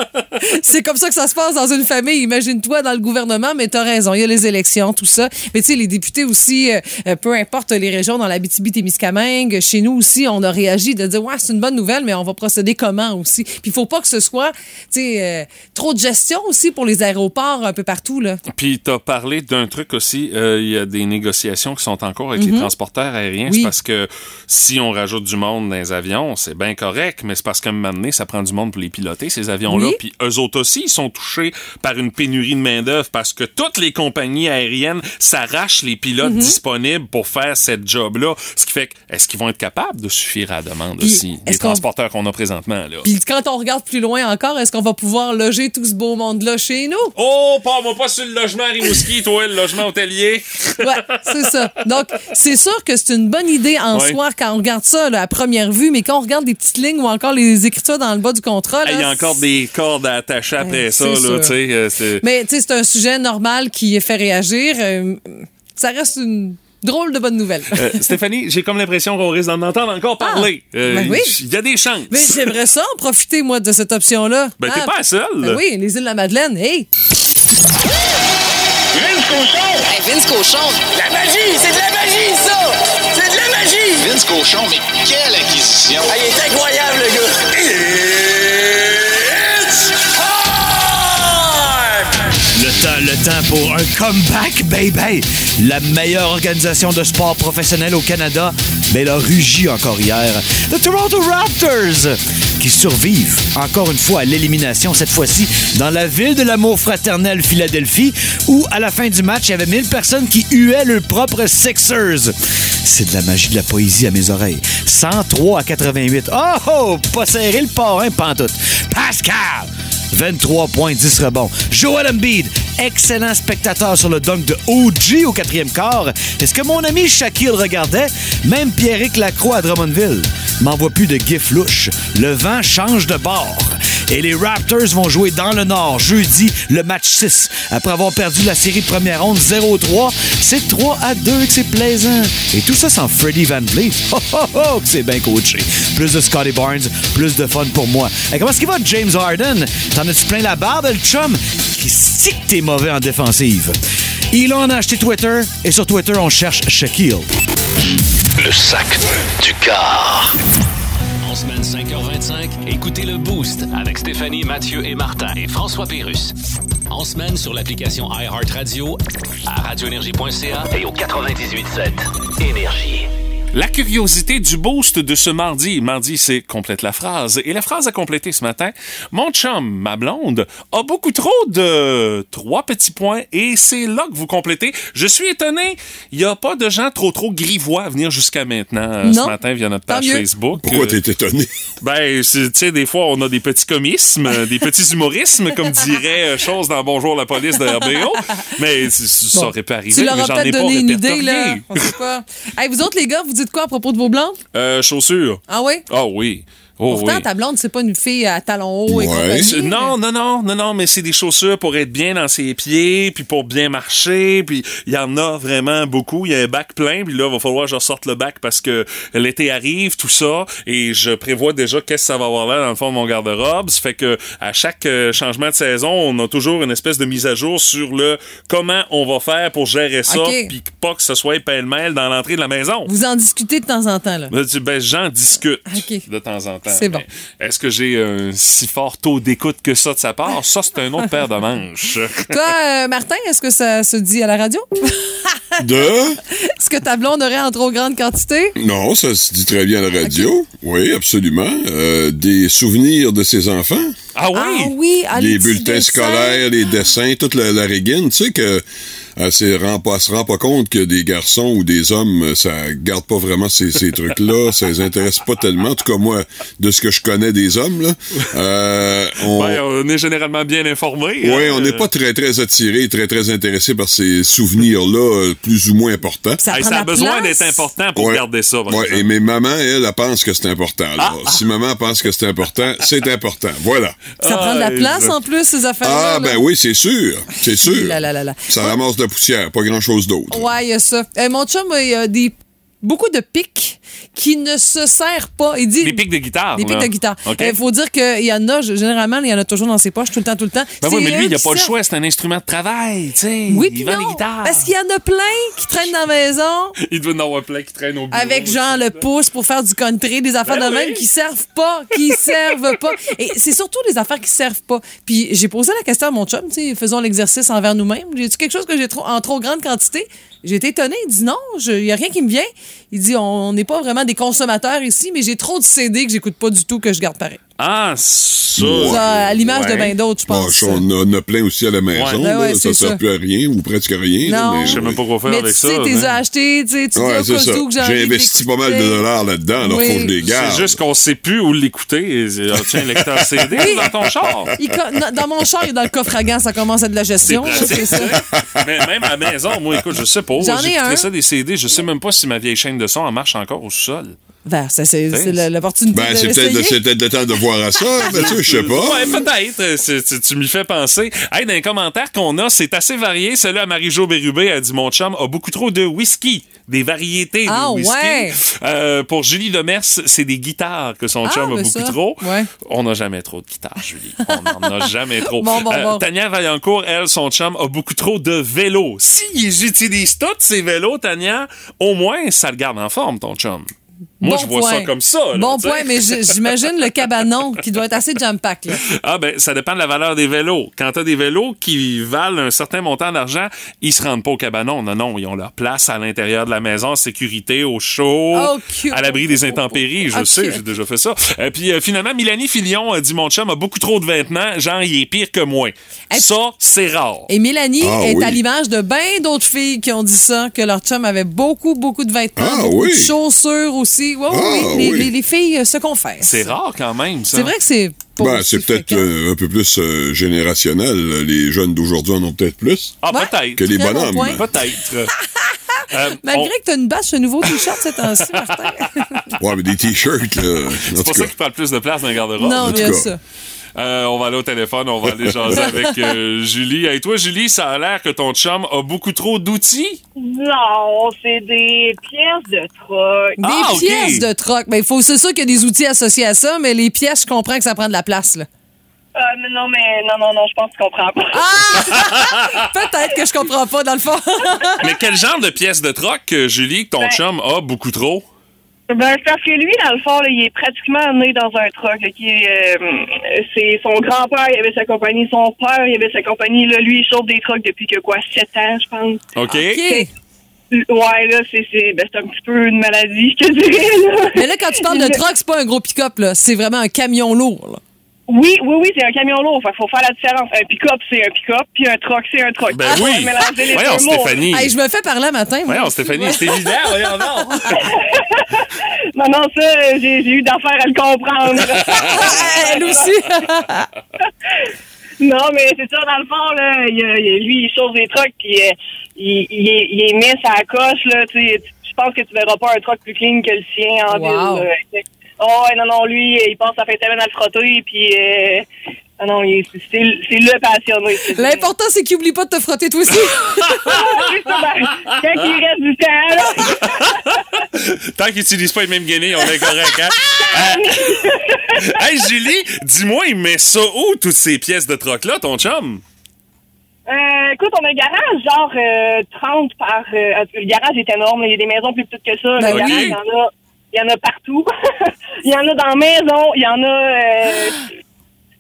Speaker 2: C'est comme ça que ça se passe dans une famille. Imagine-toi dans le gouvernement, mais t'as raison. Il y a les élections, tout ça. Mais tu sais, les députés aussi, euh, euh, peu importe les régions, dans la Témiscamingue, chez nous aussi, on a réagi de dire, ouais, c'est une bonne nouvelle, mais on va procéder comment aussi. Puis il faut pas que ce soit, tu sais, euh, trop de gestion aussi pour les aéroports un peu partout, là.
Speaker 1: Puis t'as parlé d'un truc aussi, euh, il y a des négociations qui sont en cours avec les transporteurs aériens.
Speaker 2: Mhm. Oui.
Speaker 1: C'est parce que si on rajoute du monde dans les avions, c'est bien correct, mais c'est parce qu'à un moment donné, ça prend du monde pour les piloter, ces avions-là.
Speaker 2: Oui.
Speaker 1: Puis eux autres aussi, ils sont touchés par une pénurie de main-d'œuvre parce que toutes les compagnies aériennes s'arrachent les
Speaker 2: Mhm.
Speaker 1: pilotes disponibles pour faire cette job-là. Ce qui fait que, est-ce qu'ils vont être capables de suffire à la demande
Speaker 2: Puis,
Speaker 1: aussi,
Speaker 2: est-ce
Speaker 1: les
Speaker 2: qu'on-
Speaker 1: transporteurs qu'on a présentement, là?
Speaker 2: Puis quand on regarde plus loin encore, est-ce qu'on va pouvoir loger tout ce beau monde-là chez nous?
Speaker 1: Oh, parle-moi pas sur le logement à Rimouski, toi, le logement hôtelier.
Speaker 2: Ouais, c'est ça. Donc, c'est sûr que c'est une bonne idée en
Speaker 1: Ouais.
Speaker 2: soi quand on regarde ça là, à première vue, mais quand on regarde des petites lignes ou encore les écritures dans le bas du contrat. là,
Speaker 1: Il y a encore des cordes à attacher après ça,
Speaker 2: Ah, c'est
Speaker 1: là,
Speaker 2: sûr.
Speaker 1: tu sais. euh, c'est-
Speaker 2: Mais tu sais, c'est un sujet normal qui fait réagir. Euh, ça reste une drôle de bonne nouvelle.
Speaker 1: Euh, Stéphanie, j'ai comme l'impression qu'on risque d'en entendre encore parler. Euh,
Speaker 2: ben oui.
Speaker 1: Il y a des chances.
Speaker 2: Mais j'aimerais ça en profiter, moi, de cette option-là.
Speaker 1: Ben, t'es pas la seule.
Speaker 2: ben oui, les îles de la Madeleine, hey!
Speaker 8: Vince Cochon.
Speaker 7: La magie! C'est de la magie, ça! C'est de la magie!
Speaker 8: Vince Cochon, mais quelle acquisition!
Speaker 7: Ah, il est incroyable, le gars! It's time!
Speaker 9: Le temps, le temps pour un comeback, baby! La meilleure organisation de sport professionnel au Canada, mais elle a rugi encore hier. The Toronto Raptors, qui survivent encore une fois à l'élimination, cette fois-ci dans la ville de l'amour fraternel Philadelphie, où à la fin du match, il y avait 1000 personnes qui huaient leurs propres Sixers. C'est de la magie de la poésie à mes oreilles. 103 à 88. Oh, oh! Pas serré le parrain, pantoute. Pascal! 23 points, 10 rebonds. Joel Embiid, excellent spectateur sur le dunk de OG au quatrième quart. Est-ce que mon ami Shaquille regardait? Même Pierrick Lacroix à Drummondville. M'envoie plus de gifs louches. Le vent change de bord. Et les Raptors vont jouer dans le Nord jeudi le match 6. Après avoir perdu la série de première ronde 0-3, c'est 3 à 2 que c'est plaisant. Et tout ça sans Freddie Van Vliet. Oh, oh, oh, que c'est bien coaché. Plus de Scotty Barnes, plus de fun pour moi. Et comment est-ce qu'il va, James Harden? T'en as-tu plein la barbe, le chum? Qui stick t'es mauvais en défensive. Il en a acheté Twitter, et sur Twitter, on cherche Shaquille.
Speaker 8: Le sac du car.
Speaker 6: En semaine 5h25, écoutez le Boost avec Stéphanie, Mathieu et Martin et François Pérus. En semaine sur l'application iHeartRadio, à radioénergie.ca et au 98.7 Énergie.
Speaker 1: La curiosité du boost de ce mardi. Mardi, c'est complète la phrase. Et la phrase à compléter ce matin. Mon chum, ma blonde, a beaucoup trop de trois petits points et c'est là que vous complétez. Je suis étonné. Il n'y a pas de gens trop, trop grivois à venir jusqu'à maintenant euh, ce
Speaker 2: Non.
Speaker 1: matin via notre
Speaker 2: Tant
Speaker 1: page
Speaker 2: mieux.
Speaker 1: Facebook.
Speaker 10: Pourquoi
Speaker 1: Euh,
Speaker 10: t'es étonné?
Speaker 1: Ben, c'est- tu sais, des fois, on a des petits comismes, euh, des petits humorismes, comme dirait euh, Chose dans Bonjour la police de RBO. Mais c- c- ça
Speaker 2: Bon.
Speaker 1: aurait pu
Speaker 2: Tu
Speaker 1: arriver,
Speaker 2: leur
Speaker 1: mais
Speaker 2: as
Speaker 1: j'en ai
Speaker 2: peut-être
Speaker 1: pas
Speaker 2: donné une idée, là.
Speaker 1: répertorié.
Speaker 2: On sait pas. Hey, vous autres, les gars, vous dites quoi à propos de vos blondes?
Speaker 1: Euh, chaussures.
Speaker 2: Ah oui?
Speaker 1: Ah oui. Oh
Speaker 2: Pourtant,
Speaker 1: oui.
Speaker 2: ta blonde, c'est pas une fille à talons hauts et
Speaker 10: Ouais.
Speaker 1: C'est-
Speaker 2: compagnie.
Speaker 1: Non, non, non, non, non, mais c'est des chaussures pour être bien dans ses pieds, puis pour bien marcher, puis il y en a vraiment beaucoup. Il y a un bac plein, puis là, il va falloir que je ressorte le bac parce que l'été arrive, tout ça, et je prévois déjà qu'est-ce que ça va avoir là dans le fond de mon garde-robe. Ça fait que à chaque euh, changement de saison, on a toujours une espèce de mise à jour sur le comment on va faire pour gérer ça,
Speaker 2: Ok.
Speaker 1: puis pas que ce soit pêle-mêle dans l'entrée de la maison.
Speaker 2: Vous en discutez de temps en temps, là.
Speaker 1: Ben, tu- ben, j'en discute
Speaker 2: Ok.
Speaker 1: de temps en temps.
Speaker 2: C'est bon.
Speaker 1: Mais Est-ce que j'ai un si fort taux d'écoute que ça de sa part? Ça, c'est un autre paire de manches.
Speaker 2: Toi, euh, Martin, est-ce que ça se dit à la radio?
Speaker 10: De?
Speaker 2: Est-ce que ta blonde aurait en trop grande quantité?
Speaker 10: Non, ça se dit très bien à la radio. Oui, absolument. Euh, des souvenirs de ses enfants.
Speaker 1: Ah oui?
Speaker 2: Ah oui, ah,
Speaker 10: les
Speaker 2: petits
Speaker 10: bulletins
Speaker 2: dessins.
Speaker 10: scolaires, les dessins, toute la, la régine. Tu sais que elle se rend pas, elle se rend pas compte que des garçons ou des hommes, euh, ça garde pas vraiment ces, ces trucs-là, ça les intéresse pas tellement. En tout cas, moi, de ce que je connais des hommes, là, euh, on,
Speaker 1: Ouais, Ben, on est généralement bien Euh, informé.
Speaker 10: ouais, on n'est pas très, très attiré, très, très intéressé par ces souvenirs-là, euh, plus ou moins importants.
Speaker 1: Ça, a besoin d'être important pour
Speaker 10: Ouais.
Speaker 1: garder ça. par
Speaker 10: Ouais,
Speaker 1: exemple.
Speaker 10: et mais maman, elle, elle pense que c'est important. là. Si maman pense que c'est important, c'est important. Voilà.
Speaker 2: Ça prend de la place en plus, ces affaires-là.
Speaker 10: Ah, ben
Speaker 2: là.
Speaker 10: oui, c'est sûr. C'est sûr.
Speaker 2: Là, là, là, là.
Speaker 10: Ça ramasse de la poussière, pas grand-chose d'autre.
Speaker 2: Ouais, il y a ça. Euh, mon chum, il y a des, beaucoup de pics qui ne se serrent pas. Il dit.
Speaker 1: Des pics de guitare.
Speaker 2: Des pics
Speaker 1: là.
Speaker 2: de guitare. Il
Speaker 1: OK.
Speaker 2: faut dire qu'il y en a, g- généralement, il y en a toujours dans ses poches, tout le temps, tout le temps.
Speaker 1: Ben oui,
Speaker 2: C'est
Speaker 1: mais lui,
Speaker 2: eux
Speaker 1: il a
Speaker 2: qui
Speaker 1: pas le
Speaker 2: servent.
Speaker 1: choix. C'est un instrument de travail, tu sais.
Speaker 2: Oui,
Speaker 1: il
Speaker 2: puis
Speaker 1: vend des
Speaker 2: non,
Speaker 1: guitares.
Speaker 2: parce qu'il y en a plein qui traînent dans la maison
Speaker 1: Il doit en avoir plein qui traîne au bureau.
Speaker 2: avec genre le pouce pour faire du country, des affaires
Speaker 1: Ben
Speaker 2: de
Speaker 1: oui.
Speaker 2: même qui servent pas, qui servent pas. Et c'est surtout des affaires qui servent pas. Puis j'ai posé la question à mon chum, tu sais, faisons l'exercice envers nous-mêmes. J'ai dit quelque chose que j'ai trop en trop grande quantité. J'ai été étonné. Il dit non, il y a rien qui me vient. Il dit on n'est pas vraiment des consommateurs ici, mais j'ai trop de CD que j'écoute pas du tout que je garde pareil.
Speaker 1: Ah, ça.
Speaker 2: Ça, à l'image de Ben bien d'autres, je
Speaker 10: Bon,
Speaker 2: pense.
Speaker 10: on en a plein aussi à la maison.
Speaker 2: Ouais. Ben
Speaker 10: là.
Speaker 2: Ouais, ouais,
Speaker 10: ça
Speaker 2: c'est
Speaker 10: sert
Speaker 2: ça.
Speaker 10: plus à rien ou presque à rien. là,
Speaker 2: Non.
Speaker 10: mais-
Speaker 2: Je sais même
Speaker 1: pas quoi faire hein.
Speaker 2: mais tu sais, t'es acheté, tu sais, tu
Speaker 10: Ouais,
Speaker 2: dis au
Speaker 10: c'est
Speaker 2: cas
Speaker 10: ça.
Speaker 2: où que j'ai envie
Speaker 10: J'ai
Speaker 2: de
Speaker 10: investi pas
Speaker 2: l'écouter.
Speaker 10: mal de dollars là-dedans, alors
Speaker 2: Oui.
Speaker 10: faut que je les garde.
Speaker 1: C'est juste qu'on sait plus où l'écouter. Ah, Tiens, lecteur CD
Speaker 2: Oui.
Speaker 1: dans ton char.
Speaker 2: Il co- non, dans mon char et dans le coffre à gants, ça commence à de la gestion.
Speaker 1: C'est
Speaker 2: C'est ça.
Speaker 1: Mais même à la maison, moi, écoute, je sais pas.
Speaker 2: J'en ai
Speaker 1: J'écouterais
Speaker 2: un.
Speaker 1: ça des CD. Je sais même pas si ma vieille chaîne de son en marche encore au sol.
Speaker 2: Ben, ça, c'est c'est la- l'opportunité
Speaker 10: Ben,
Speaker 2: de
Speaker 10: c'est peut-être
Speaker 2: l'essayer.
Speaker 10: c'est peut-être le temps de voir à ça, Mathieu, je sais pas.
Speaker 1: Ouais, peut-être. Euh, c'est- Tu, tu m'y fais penser. Hey, dans les commentaires qu'on a, c'est assez varié. Celui-là, Marie-Jo Bérubé a dit Mon chum a beaucoup trop de whisky. Des variétés
Speaker 2: Ah,
Speaker 1: de whisky.
Speaker 2: ouais.
Speaker 1: Euh, pour Julie Lemers, c'est des guitares que son
Speaker 2: Ah,
Speaker 1: chum a
Speaker 2: ben
Speaker 1: beaucoup
Speaker 2: ça,
Speaker 1: trop.
Speaker 2: ouais.
Speaker 1: On n'a jamais trop de guitares, Julie. On n'en a jamais trop. Euh,
Speaker 2: Bon, bon, bon.
Speaker 1: Tania Vaillancourt, elle, son chum, a beaucoup trop de vélos. S'ils utilisent tous ces vélos, Tania, au moins, ça le garde en forme, ton chum. Moi,
Speaker 2: Bon
Speaker 1: je vois ça
Speaker 2: point.
Speaker 1: comme ça. là,
Speaker 2: Bon
Speaker 1: tu sais.
Speaker 2: point, mais j- j'imagine le cabanon qui doit être assez jump-pack. là.
Speaker 1: Ah ben, ça dépend de la valeur des vélos. Quand t'as des vélos qui valent un certain montant d'argent, ils se rendent pas au cabanon. Non, non, ils ont leur place à l'intérieur de la maison, en sécurité, au chaud,
Speaker 2: Oh, cute.
Speaker 1: à l'abri des intempéries. Je
Speaker 2: Ok.
Speaker 1: sais, j'ai déjà fait ça. Et puis euh, finalement, Mélanie Filion a dit mon chum a beaucoup trop de vêtements, genre il est pire que moi.
Speaker 2: Et-
Speaker 1: ça, c'est rare.
Speaker 2: Et Mélanie
Speaker 10: Ah
Speaker 2: est
Speaker 10: oui.
Speaker 2: à l'image de bien d'autres filles qui ont dit ça, que leur chum avait beaucoup, beaucoup de vêtements,
Speaker 10: Ah
Speaker 2: beaucoup de
Speaker 10: oui.
Speaker 2: chaussures aussi. Ouais, ouais,
Speaker 10: Ah
Speaker 2: oui, les,
Speaker 10: oui.
Speaker 2: les- les filles euh, se confessent.
Speaker 1: C'est rare quand même, ça.
Speaker 2: C'est vrai que c'est pas
Speaker 10: Ben,
Speaker 2: aussi
Speaker 10: c'est peut-être
Speaker 2: fréquent.
Speaker 10: euh, un peu plus euh, générationnel. Les jeunes d'aujourd'hui en ont peut-être plus.
Speaker 1: Ah,
Speaker 2: Ouais.
Speaker 1: peut-être.
Speaker 10: Que les
Speaker 2: Très bon
Speaker 10: bonhommes.
Speaker 2: point.
Speaker 1: Peut-être. Euh, on-
Speaker 2: Malgré que tu as une bâche, un nouveau t-shirt cette année, Martin.
Speaker 10: Ouais, mais des t-shirts, là. En
Speaker 1: C'est
Speaker 10: tout
Speaker 1: pour
Speaker 10: cas.
Speaker 1: ça qu'il parle plus de place dans le garde-robe.
Speaker 2: non,
Speaker 10: tout
Speaker 2: bien
Speaker 10: cas.
Speaker 2: ça.
Speaker 1: Euh, on va aller au téléphone, on va aller jaser avec euh, Julie. Et toi, Julie, ça a l'air que ton chum a beaucoup trop d'outils.
Speaker 11: Non, c'est des pièces de truck.
Speaker 2: Des
Speaker 1: Ah, ok.
Speaker 2: pièces de troc. Ben, il faut, c'est sûr qu'il y a des outils associés à ça, mais les pièces, je comprends que ça prend de la place, là.
Speaker 11: Euh, mais non, mais non, non, non, je pense que tu comprends pas.
Speaker 2: Peut-être que je comprends pas, dans le fond.
Speaker 1: Mais quel genre de pièces de troc, euh, Julie, que ton
Speaker 11: Ben-
Speaker 1: chum a beaucoup trop?
Speaker 11: Ben, c'est parce que lui, dans le fond, là, il est pratiquement né dans un truck. là, qui, est, euh, c'est son grand-père, il avait sa compagnie, son père, il avait sa compagnie. Là, lui, il chauffe des trucks depuis que quoi, 7 ans, je pense.
Speaker 1: OK?
Speaker 2: OK.
Speaker 11: Ouais, là, c'est, c'est, ben, c'est un petit peu une maladie, je te dirais. Là.
Speaker 2: Mais là, quand tu parles de
Speaker 11: Le-
Speaker 2: troc, c'est pas un gros pick-up, là. C'est vraiment un camion lourd, là.
Speaker 11: Oui, oui, oui, c'est un camion lourd. Il faut faire la différence. Un pick-up, c'est un pick-up, puis un truck, c'est un truck.
Speaker 1: Ben
Speaker 11: Faut
Speaker 1: oui!
Speaker 11: Ah, mélanger les
Speaker 1: Voyons,
Speaker 11: deux mots.
Speaker 1: Stéphanie!
Speaker 2: Hey, je me fais parler un matin, moi.
Speaker 1: Voyons, Stéphanie, c'est évident, voyons, non!
Speaker 11: Non, non, ça, euh, j'ai, j'ai eu d'affaires à le comprendre.
Speaker 2: Elle aussi.
Speaker 11: Non, mais c'est ça, dans le fond, là, il, euh, il- lui, il chauffe des trucks, puis euh, il, il, il les met sa coche, là, tu sais, tu- je pense que tu verras pas un truck plus clean que le sien en
Speaker 2: Wow.
Speaker 11: ville, là. Oh, ouais, non, non, lui, il passe sa fin de semaine à le frotter, puis... euh, ah non, il- c'est c'est le passionné. c'est-
Speaker 2: L'important, c'est qu'il oublie pas de te frotter, toi aussi.
Speaker 11: C'est ça, ben, quand il reste du temps, là,
Speaker 1: Tant qu'ils n'utilisent pas les mêmes guenilles, on est correct, hein? Euh, Hey, Julie, dis-moi, il met ça où, toutes ces pièces de troc-là, ton chum?
Speaker 11: Euh, écoute, on a un garage genre euh, 30 par... euh, en tout cas, le garage est énorme. là. Il y a des maisons plus petites que ça.
Speaker 2: Ben
Speaker 11: le garage, il
Speaker 1: oui.
Speaker 11: y en a, il y en a partout. il y en a dans la maison. Il y en a... euh,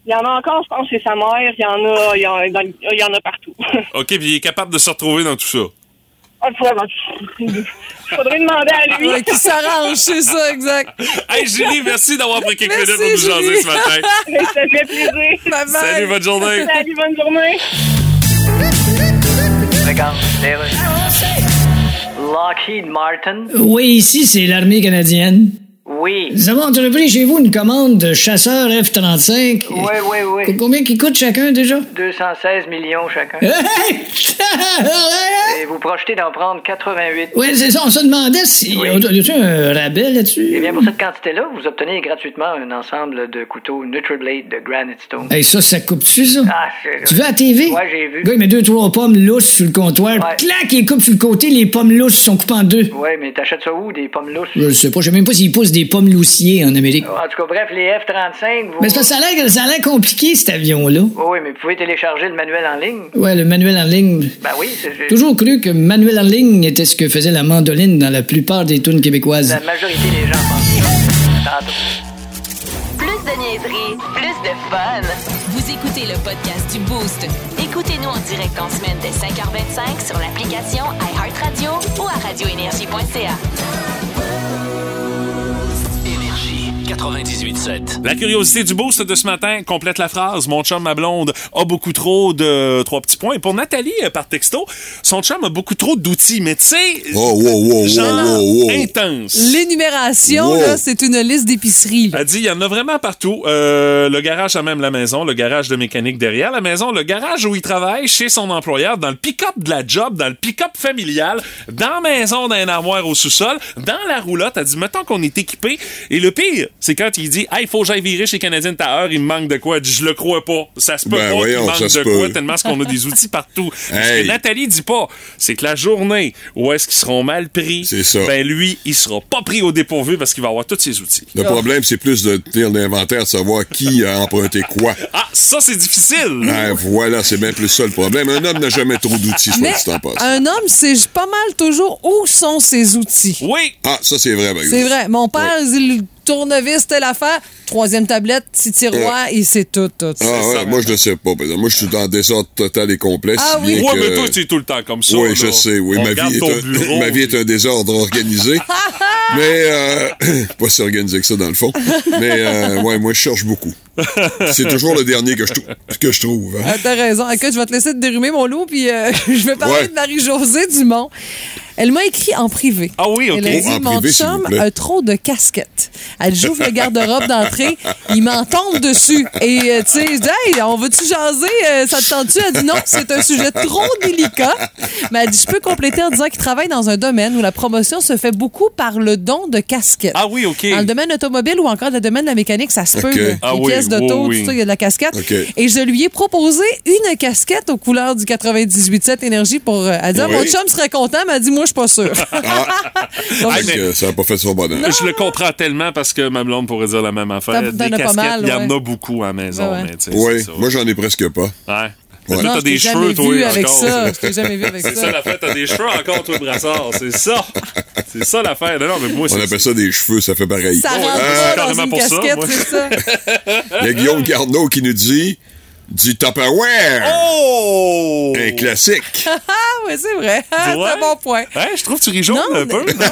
Speaker 11: il y en a encore, je pense, chez sa mère. Il y en a, il y en, a dans- il y en a partout.
Speaker 1: OK, puis il est capable de se retrouver dans tout ça.
Speaker 11: Ah, faudrait- pff, faudrait demander à lui.
Speaker 2: Ouais, qui s'arrange, c'est ça, exact.
Speaker 1: Hey, Julie, merci d'avoir pris quelques
Speaker 2: Merci,
Speaker 1: minutes pour nous jaser
Speaker 2: Julie.
Speaker 1: ce matin.
Speaker 11: Ça fait plaisir.
Speaker 2: Bye bye.
Speaker 1: Salut, bonne journée!
Speaker 11: Salut, bonne journée.
Speaker 4: Lockheed Martin.
Speaker 5: Oui, ici, c'est l'armée canadienne.
Speaker 4: Oui.
Speaker 5: Nous avons entrepris chez vous une commande de chasseurs F-35.
Speaker 4: Oui, oui, oui.
Speaker 5: Co- Combien qui coûte chacun déjà?
Speaker 4: 216 millions chacun.
Speaker 5: Hey!
Speaker 4: Et vous projetez d'en prendre 88.
Speaker 5: Oui, c'est ça, on se demandait si.
Speaker 4: Oui.
Speaker 5: on doit- Y a un rabais là-dessus?
Speaker 4: Eh bien, pour cette quantité-là, vous obtenez gratuitement un ensemble de couteaux NutriBlade de Granite Stone.
Speaker 5: Hey, ça, ça coupe-tu, ça?
Speaker 4: Ah, c'est-
Speaker 5: tu veux à la TV?
Speaker 4: Ouais, j'ai vu.
Speaker 5: Le gars, il met deux, trois pommes lousses sur le comptoir. Clac, il coupe sur le côté, les pommes lousses sont coupées en deux.
Speaker 4: Ouais, mais t'achètes ça où, des pommes lousses?
Speaker 5: Je sais pas, je sais même pas s'ils poussent des pommes loussiers en Amérique.
Speaker 4: En tout cas, bref, les F-35, vous...
Speaker 5: Mais c'est parce que ça a l'air, ça a l'air compliqué, cet avion-là.
Speaker 4: Oui, mais vous pouvez télécharger le manuel en ligne.
Speaker 5: Ouais, le manuel en ligne.
Speaker 4: Ben oui, c'est... c'est-
Speaker 5: Toujours cru que manuel en ligne était ce que faisait la mandoline dans la plupart des tunes québécoises.
Speaker 4: La majorité des gens pensent ça. Tantôt.
Speaker 3: Plus de niaiserie, plus de fun. Vous écoutez le podcast du Boost. Écoutez-nous en direct en semaine dès 5h25 sur l'application iHeartRadio ou à radioénergie.ca.
Speaker 6: 98.7.
Speaker 1: La curiosité du boost de ce matin complète la phrase. Mon chum, ma blonde, a beaucoup trop de trois petits points. Et pour Nathalie, euh, par texto, son chum a beaucoup trop d'outils, mais tu sais,
Speaker 10: Oh, wow, wow, wow,
Speaker 1: genre
Speaker 10: wow, wow.
Speaker 1: intense.
Speaker 2: L'énumération,
Speaker 1: Wow.
Speaker 2: là, c'est une liste d'épicerie. là.
Speaker 1: Elle dit, il y en a vraiment partout. Euh, le garage à même la maison, le garage de mécanique derrière la maison, le garage où il travaille chez son employeur, dans le pick-up de la job, dans le pick-up familial, dans la maison d'un armoire au sous-sol, dans la roulotte. Elle dit, mettons qu'on est équipé. Et le pire, c'est quand il dit, hey, faut que j'aille virer chez Canadian Tower, il me manque de quoi. Elle dit, je le crois pas. Ça se
Speaker 10: Ben
Speaker 1: peut pas qu'il
Speaker 10: voyons,
Speaker 1: manque
Speaker 10: ça se
Speaker 1: de
Speaker 10: peut.
Speaker 1: quoi, tellement ce qu'on a des outils partout. Mais Ce
Speaker 10: Hey.
Speaker 1: que Nathalie dit pas, c'est que la journée où est-ce qu'ils seront mal pris,
Speaker 10: ça.
Speaker 1: ben lui, il sera pas pris au dépourvu parce qu'il va avoir tous ses outils.
Speaker 10: Le problème, c'est plus de tenir l'inventaire, de savoir qui a emprunté quoi.
Speaker 1: Ah, ça, c'est difficile!
Speaker 10: Ben, voilà, c'est bien plus ça le problème. Un homme n'a jamais trop d'outils, soit
Speaker 2: Mais
Speaker 10: dit en passant.
Speaker 2: un homme, c'est pas mal toujours où sont ses outils.
Speaker 1: Oui!
Speaker 10: Ah, ça, c'est vrai, par exemple.
Speaker 2: C'est vrai. Mon père, il tournevis, telle affaire. Troisième tablette, petit tiroir, et c'est tout, tout.
Speaker 10: Ah, ouais, moi, je le sais pas, par exemple. Moi, je suis en désordre total et complet.
Speaker 2: Ah
Speaker 10: si
Speaker 2: oui.
Speaker 10: bien
Speaker 1: Ouais,
Speaker 10: que-
Speaker 1: mais toi, tu es tout le temps comme ça.
Speaker 10: Oui,
Speaker 1: là.
Speaker 10: je sais, oui.
Speaker 1: On
Speaker 10: Ma
Speaker 1: regarde
Speaker 10: vie, est
Speaker 1: ton
Speaker 10: un,
Speaker 1: bureau,
Speaker 10: ma vie est
Speaker 1: puis-
Speaker 10: un désordre organisé. mais euh, pas si organisé que ça, dans le fond. Mais euh, ouais, moi, je cherche beaucoup. C'est toujours le dernier que je, trou- que je trouve. hein.
Speaker 2: Ah, T'as raison. Écoute, je vais te laisser te dérumer mon loup, puis euh, je vais parler
Speaker 10: Ouais.
Speaker 2: de Marie-Josée Dumont. Elle m'a écrit en privé.
Speaker 1: Ah oui, ok.
Speaker 2: Elle a dit,
Speaker 1: Oh, en
Speaker 2: mon
Speaker 1: privé, s'il vous
Speaker 2: chum
Speaker 1: plaît.
Speaker 2: a trop de casquettes. Elle j'ouvre le garde-robe d'entrée, il m'en tombe dessus. Et, euh, tu sais, je dis, hey, on va-tu jaser? Euh, ça te tente-tu? Elle dit, non, c'est un sujet trop délicat. Mais elle dit, je peux compléter en disant qu'il travaille dans un domaine où la promotion se fait beaucoup par le don de casquettes.
Speaker 1: Ah oui, OK.
Speaker 2: Dans le domaine automobile ou encore dans le domaine de la mécanique, ça se peut.
Speaker 1: Ok.
Speaker 2: là. Les
Speaker 1: Ah oui,
Speaker 2: pièces
Speaker 1: oui,
Speaker 2: d'auto,
Speaker 1: oui.
Speaker 2: tout ça, il y a de la casquette.
Speaker 1: Ok.
Speaker 2: Et je lui ai proposé une casquette aux couleurs du 98.7 Énergie pour. euh, elle dit, Ah,
Speaker 10: Oui.
Speaker 2: mon chum serait content, mais elle dit, moi, je suis pas sûre.
Speaker 1: Ah,
Speaker 10: Fait
Speaker 1: mais-
Speaker 10: que ça n'a pas fait son bonheur.
Speaker 1: Je le comprends tellement parce que ma blonde pourrait dire la même affaire.
Speaker 2: T'en-
Speaker 1: Des
Speaker 2: t'en as pas
Speaker 1: casquettes,
Speaker 2: mal,
Speaker 1: il y en
Speaker 2: ouais.
Speaker 1: a beaucoup à la maison.
Speaker 2: Ouais, ouais.
Speaker 1: mais tu sais,
Speaker 10: Oui,
Speaker 1: c'est ça.
Speaker 10: moi, j'en ai presque pas.
Speaker 1: Ouais. Mais
Speaker 10: Ouais. Non,
Speaker 1: toi, t'as
Speaker 10: je
Speaker 1: des
Speaker 2: t'ai jamais
Speaker 1: cheveux, toi,
Speaker 2: vu avec
Speaker 1: encore.
Speaker 2: ça. Je t'ai jamais vu avec
Speaker 1: C'est
Speaker 2: ça.
Speaker 1: ça l'affaire, t'as des cheveux encore, toi, brassard. C'est ça. C'est ça l'affaire. Non, non, mais moi,
Speaker 10: On
Speaker 1: c'est.
Speaker 10: appelle ça des cheveux, ça fait pareil.
Speaker 2: Ça rentre
Speaker 10: Ah,
Speaker 2: pas dans
Speaker 1: carrément
Speaker 2: une
Speaker 1: pour ça,
Speaker 2: casquette,
Speaker 1: moi.
Speaker 2: c'est ça.
Speaker 10: Il y a Guillaume Garneau qui nous dit du Tupperware.
Speaker 1: Oh!
Speaker 10: Un classique.
Speaker 2: oui, Ah, c'est vrai. c'est un bon point.
Speaker 1: Hein, je trouve que tu ris jaune
Speaker 2: Non,
Speaker 1: un peu. non?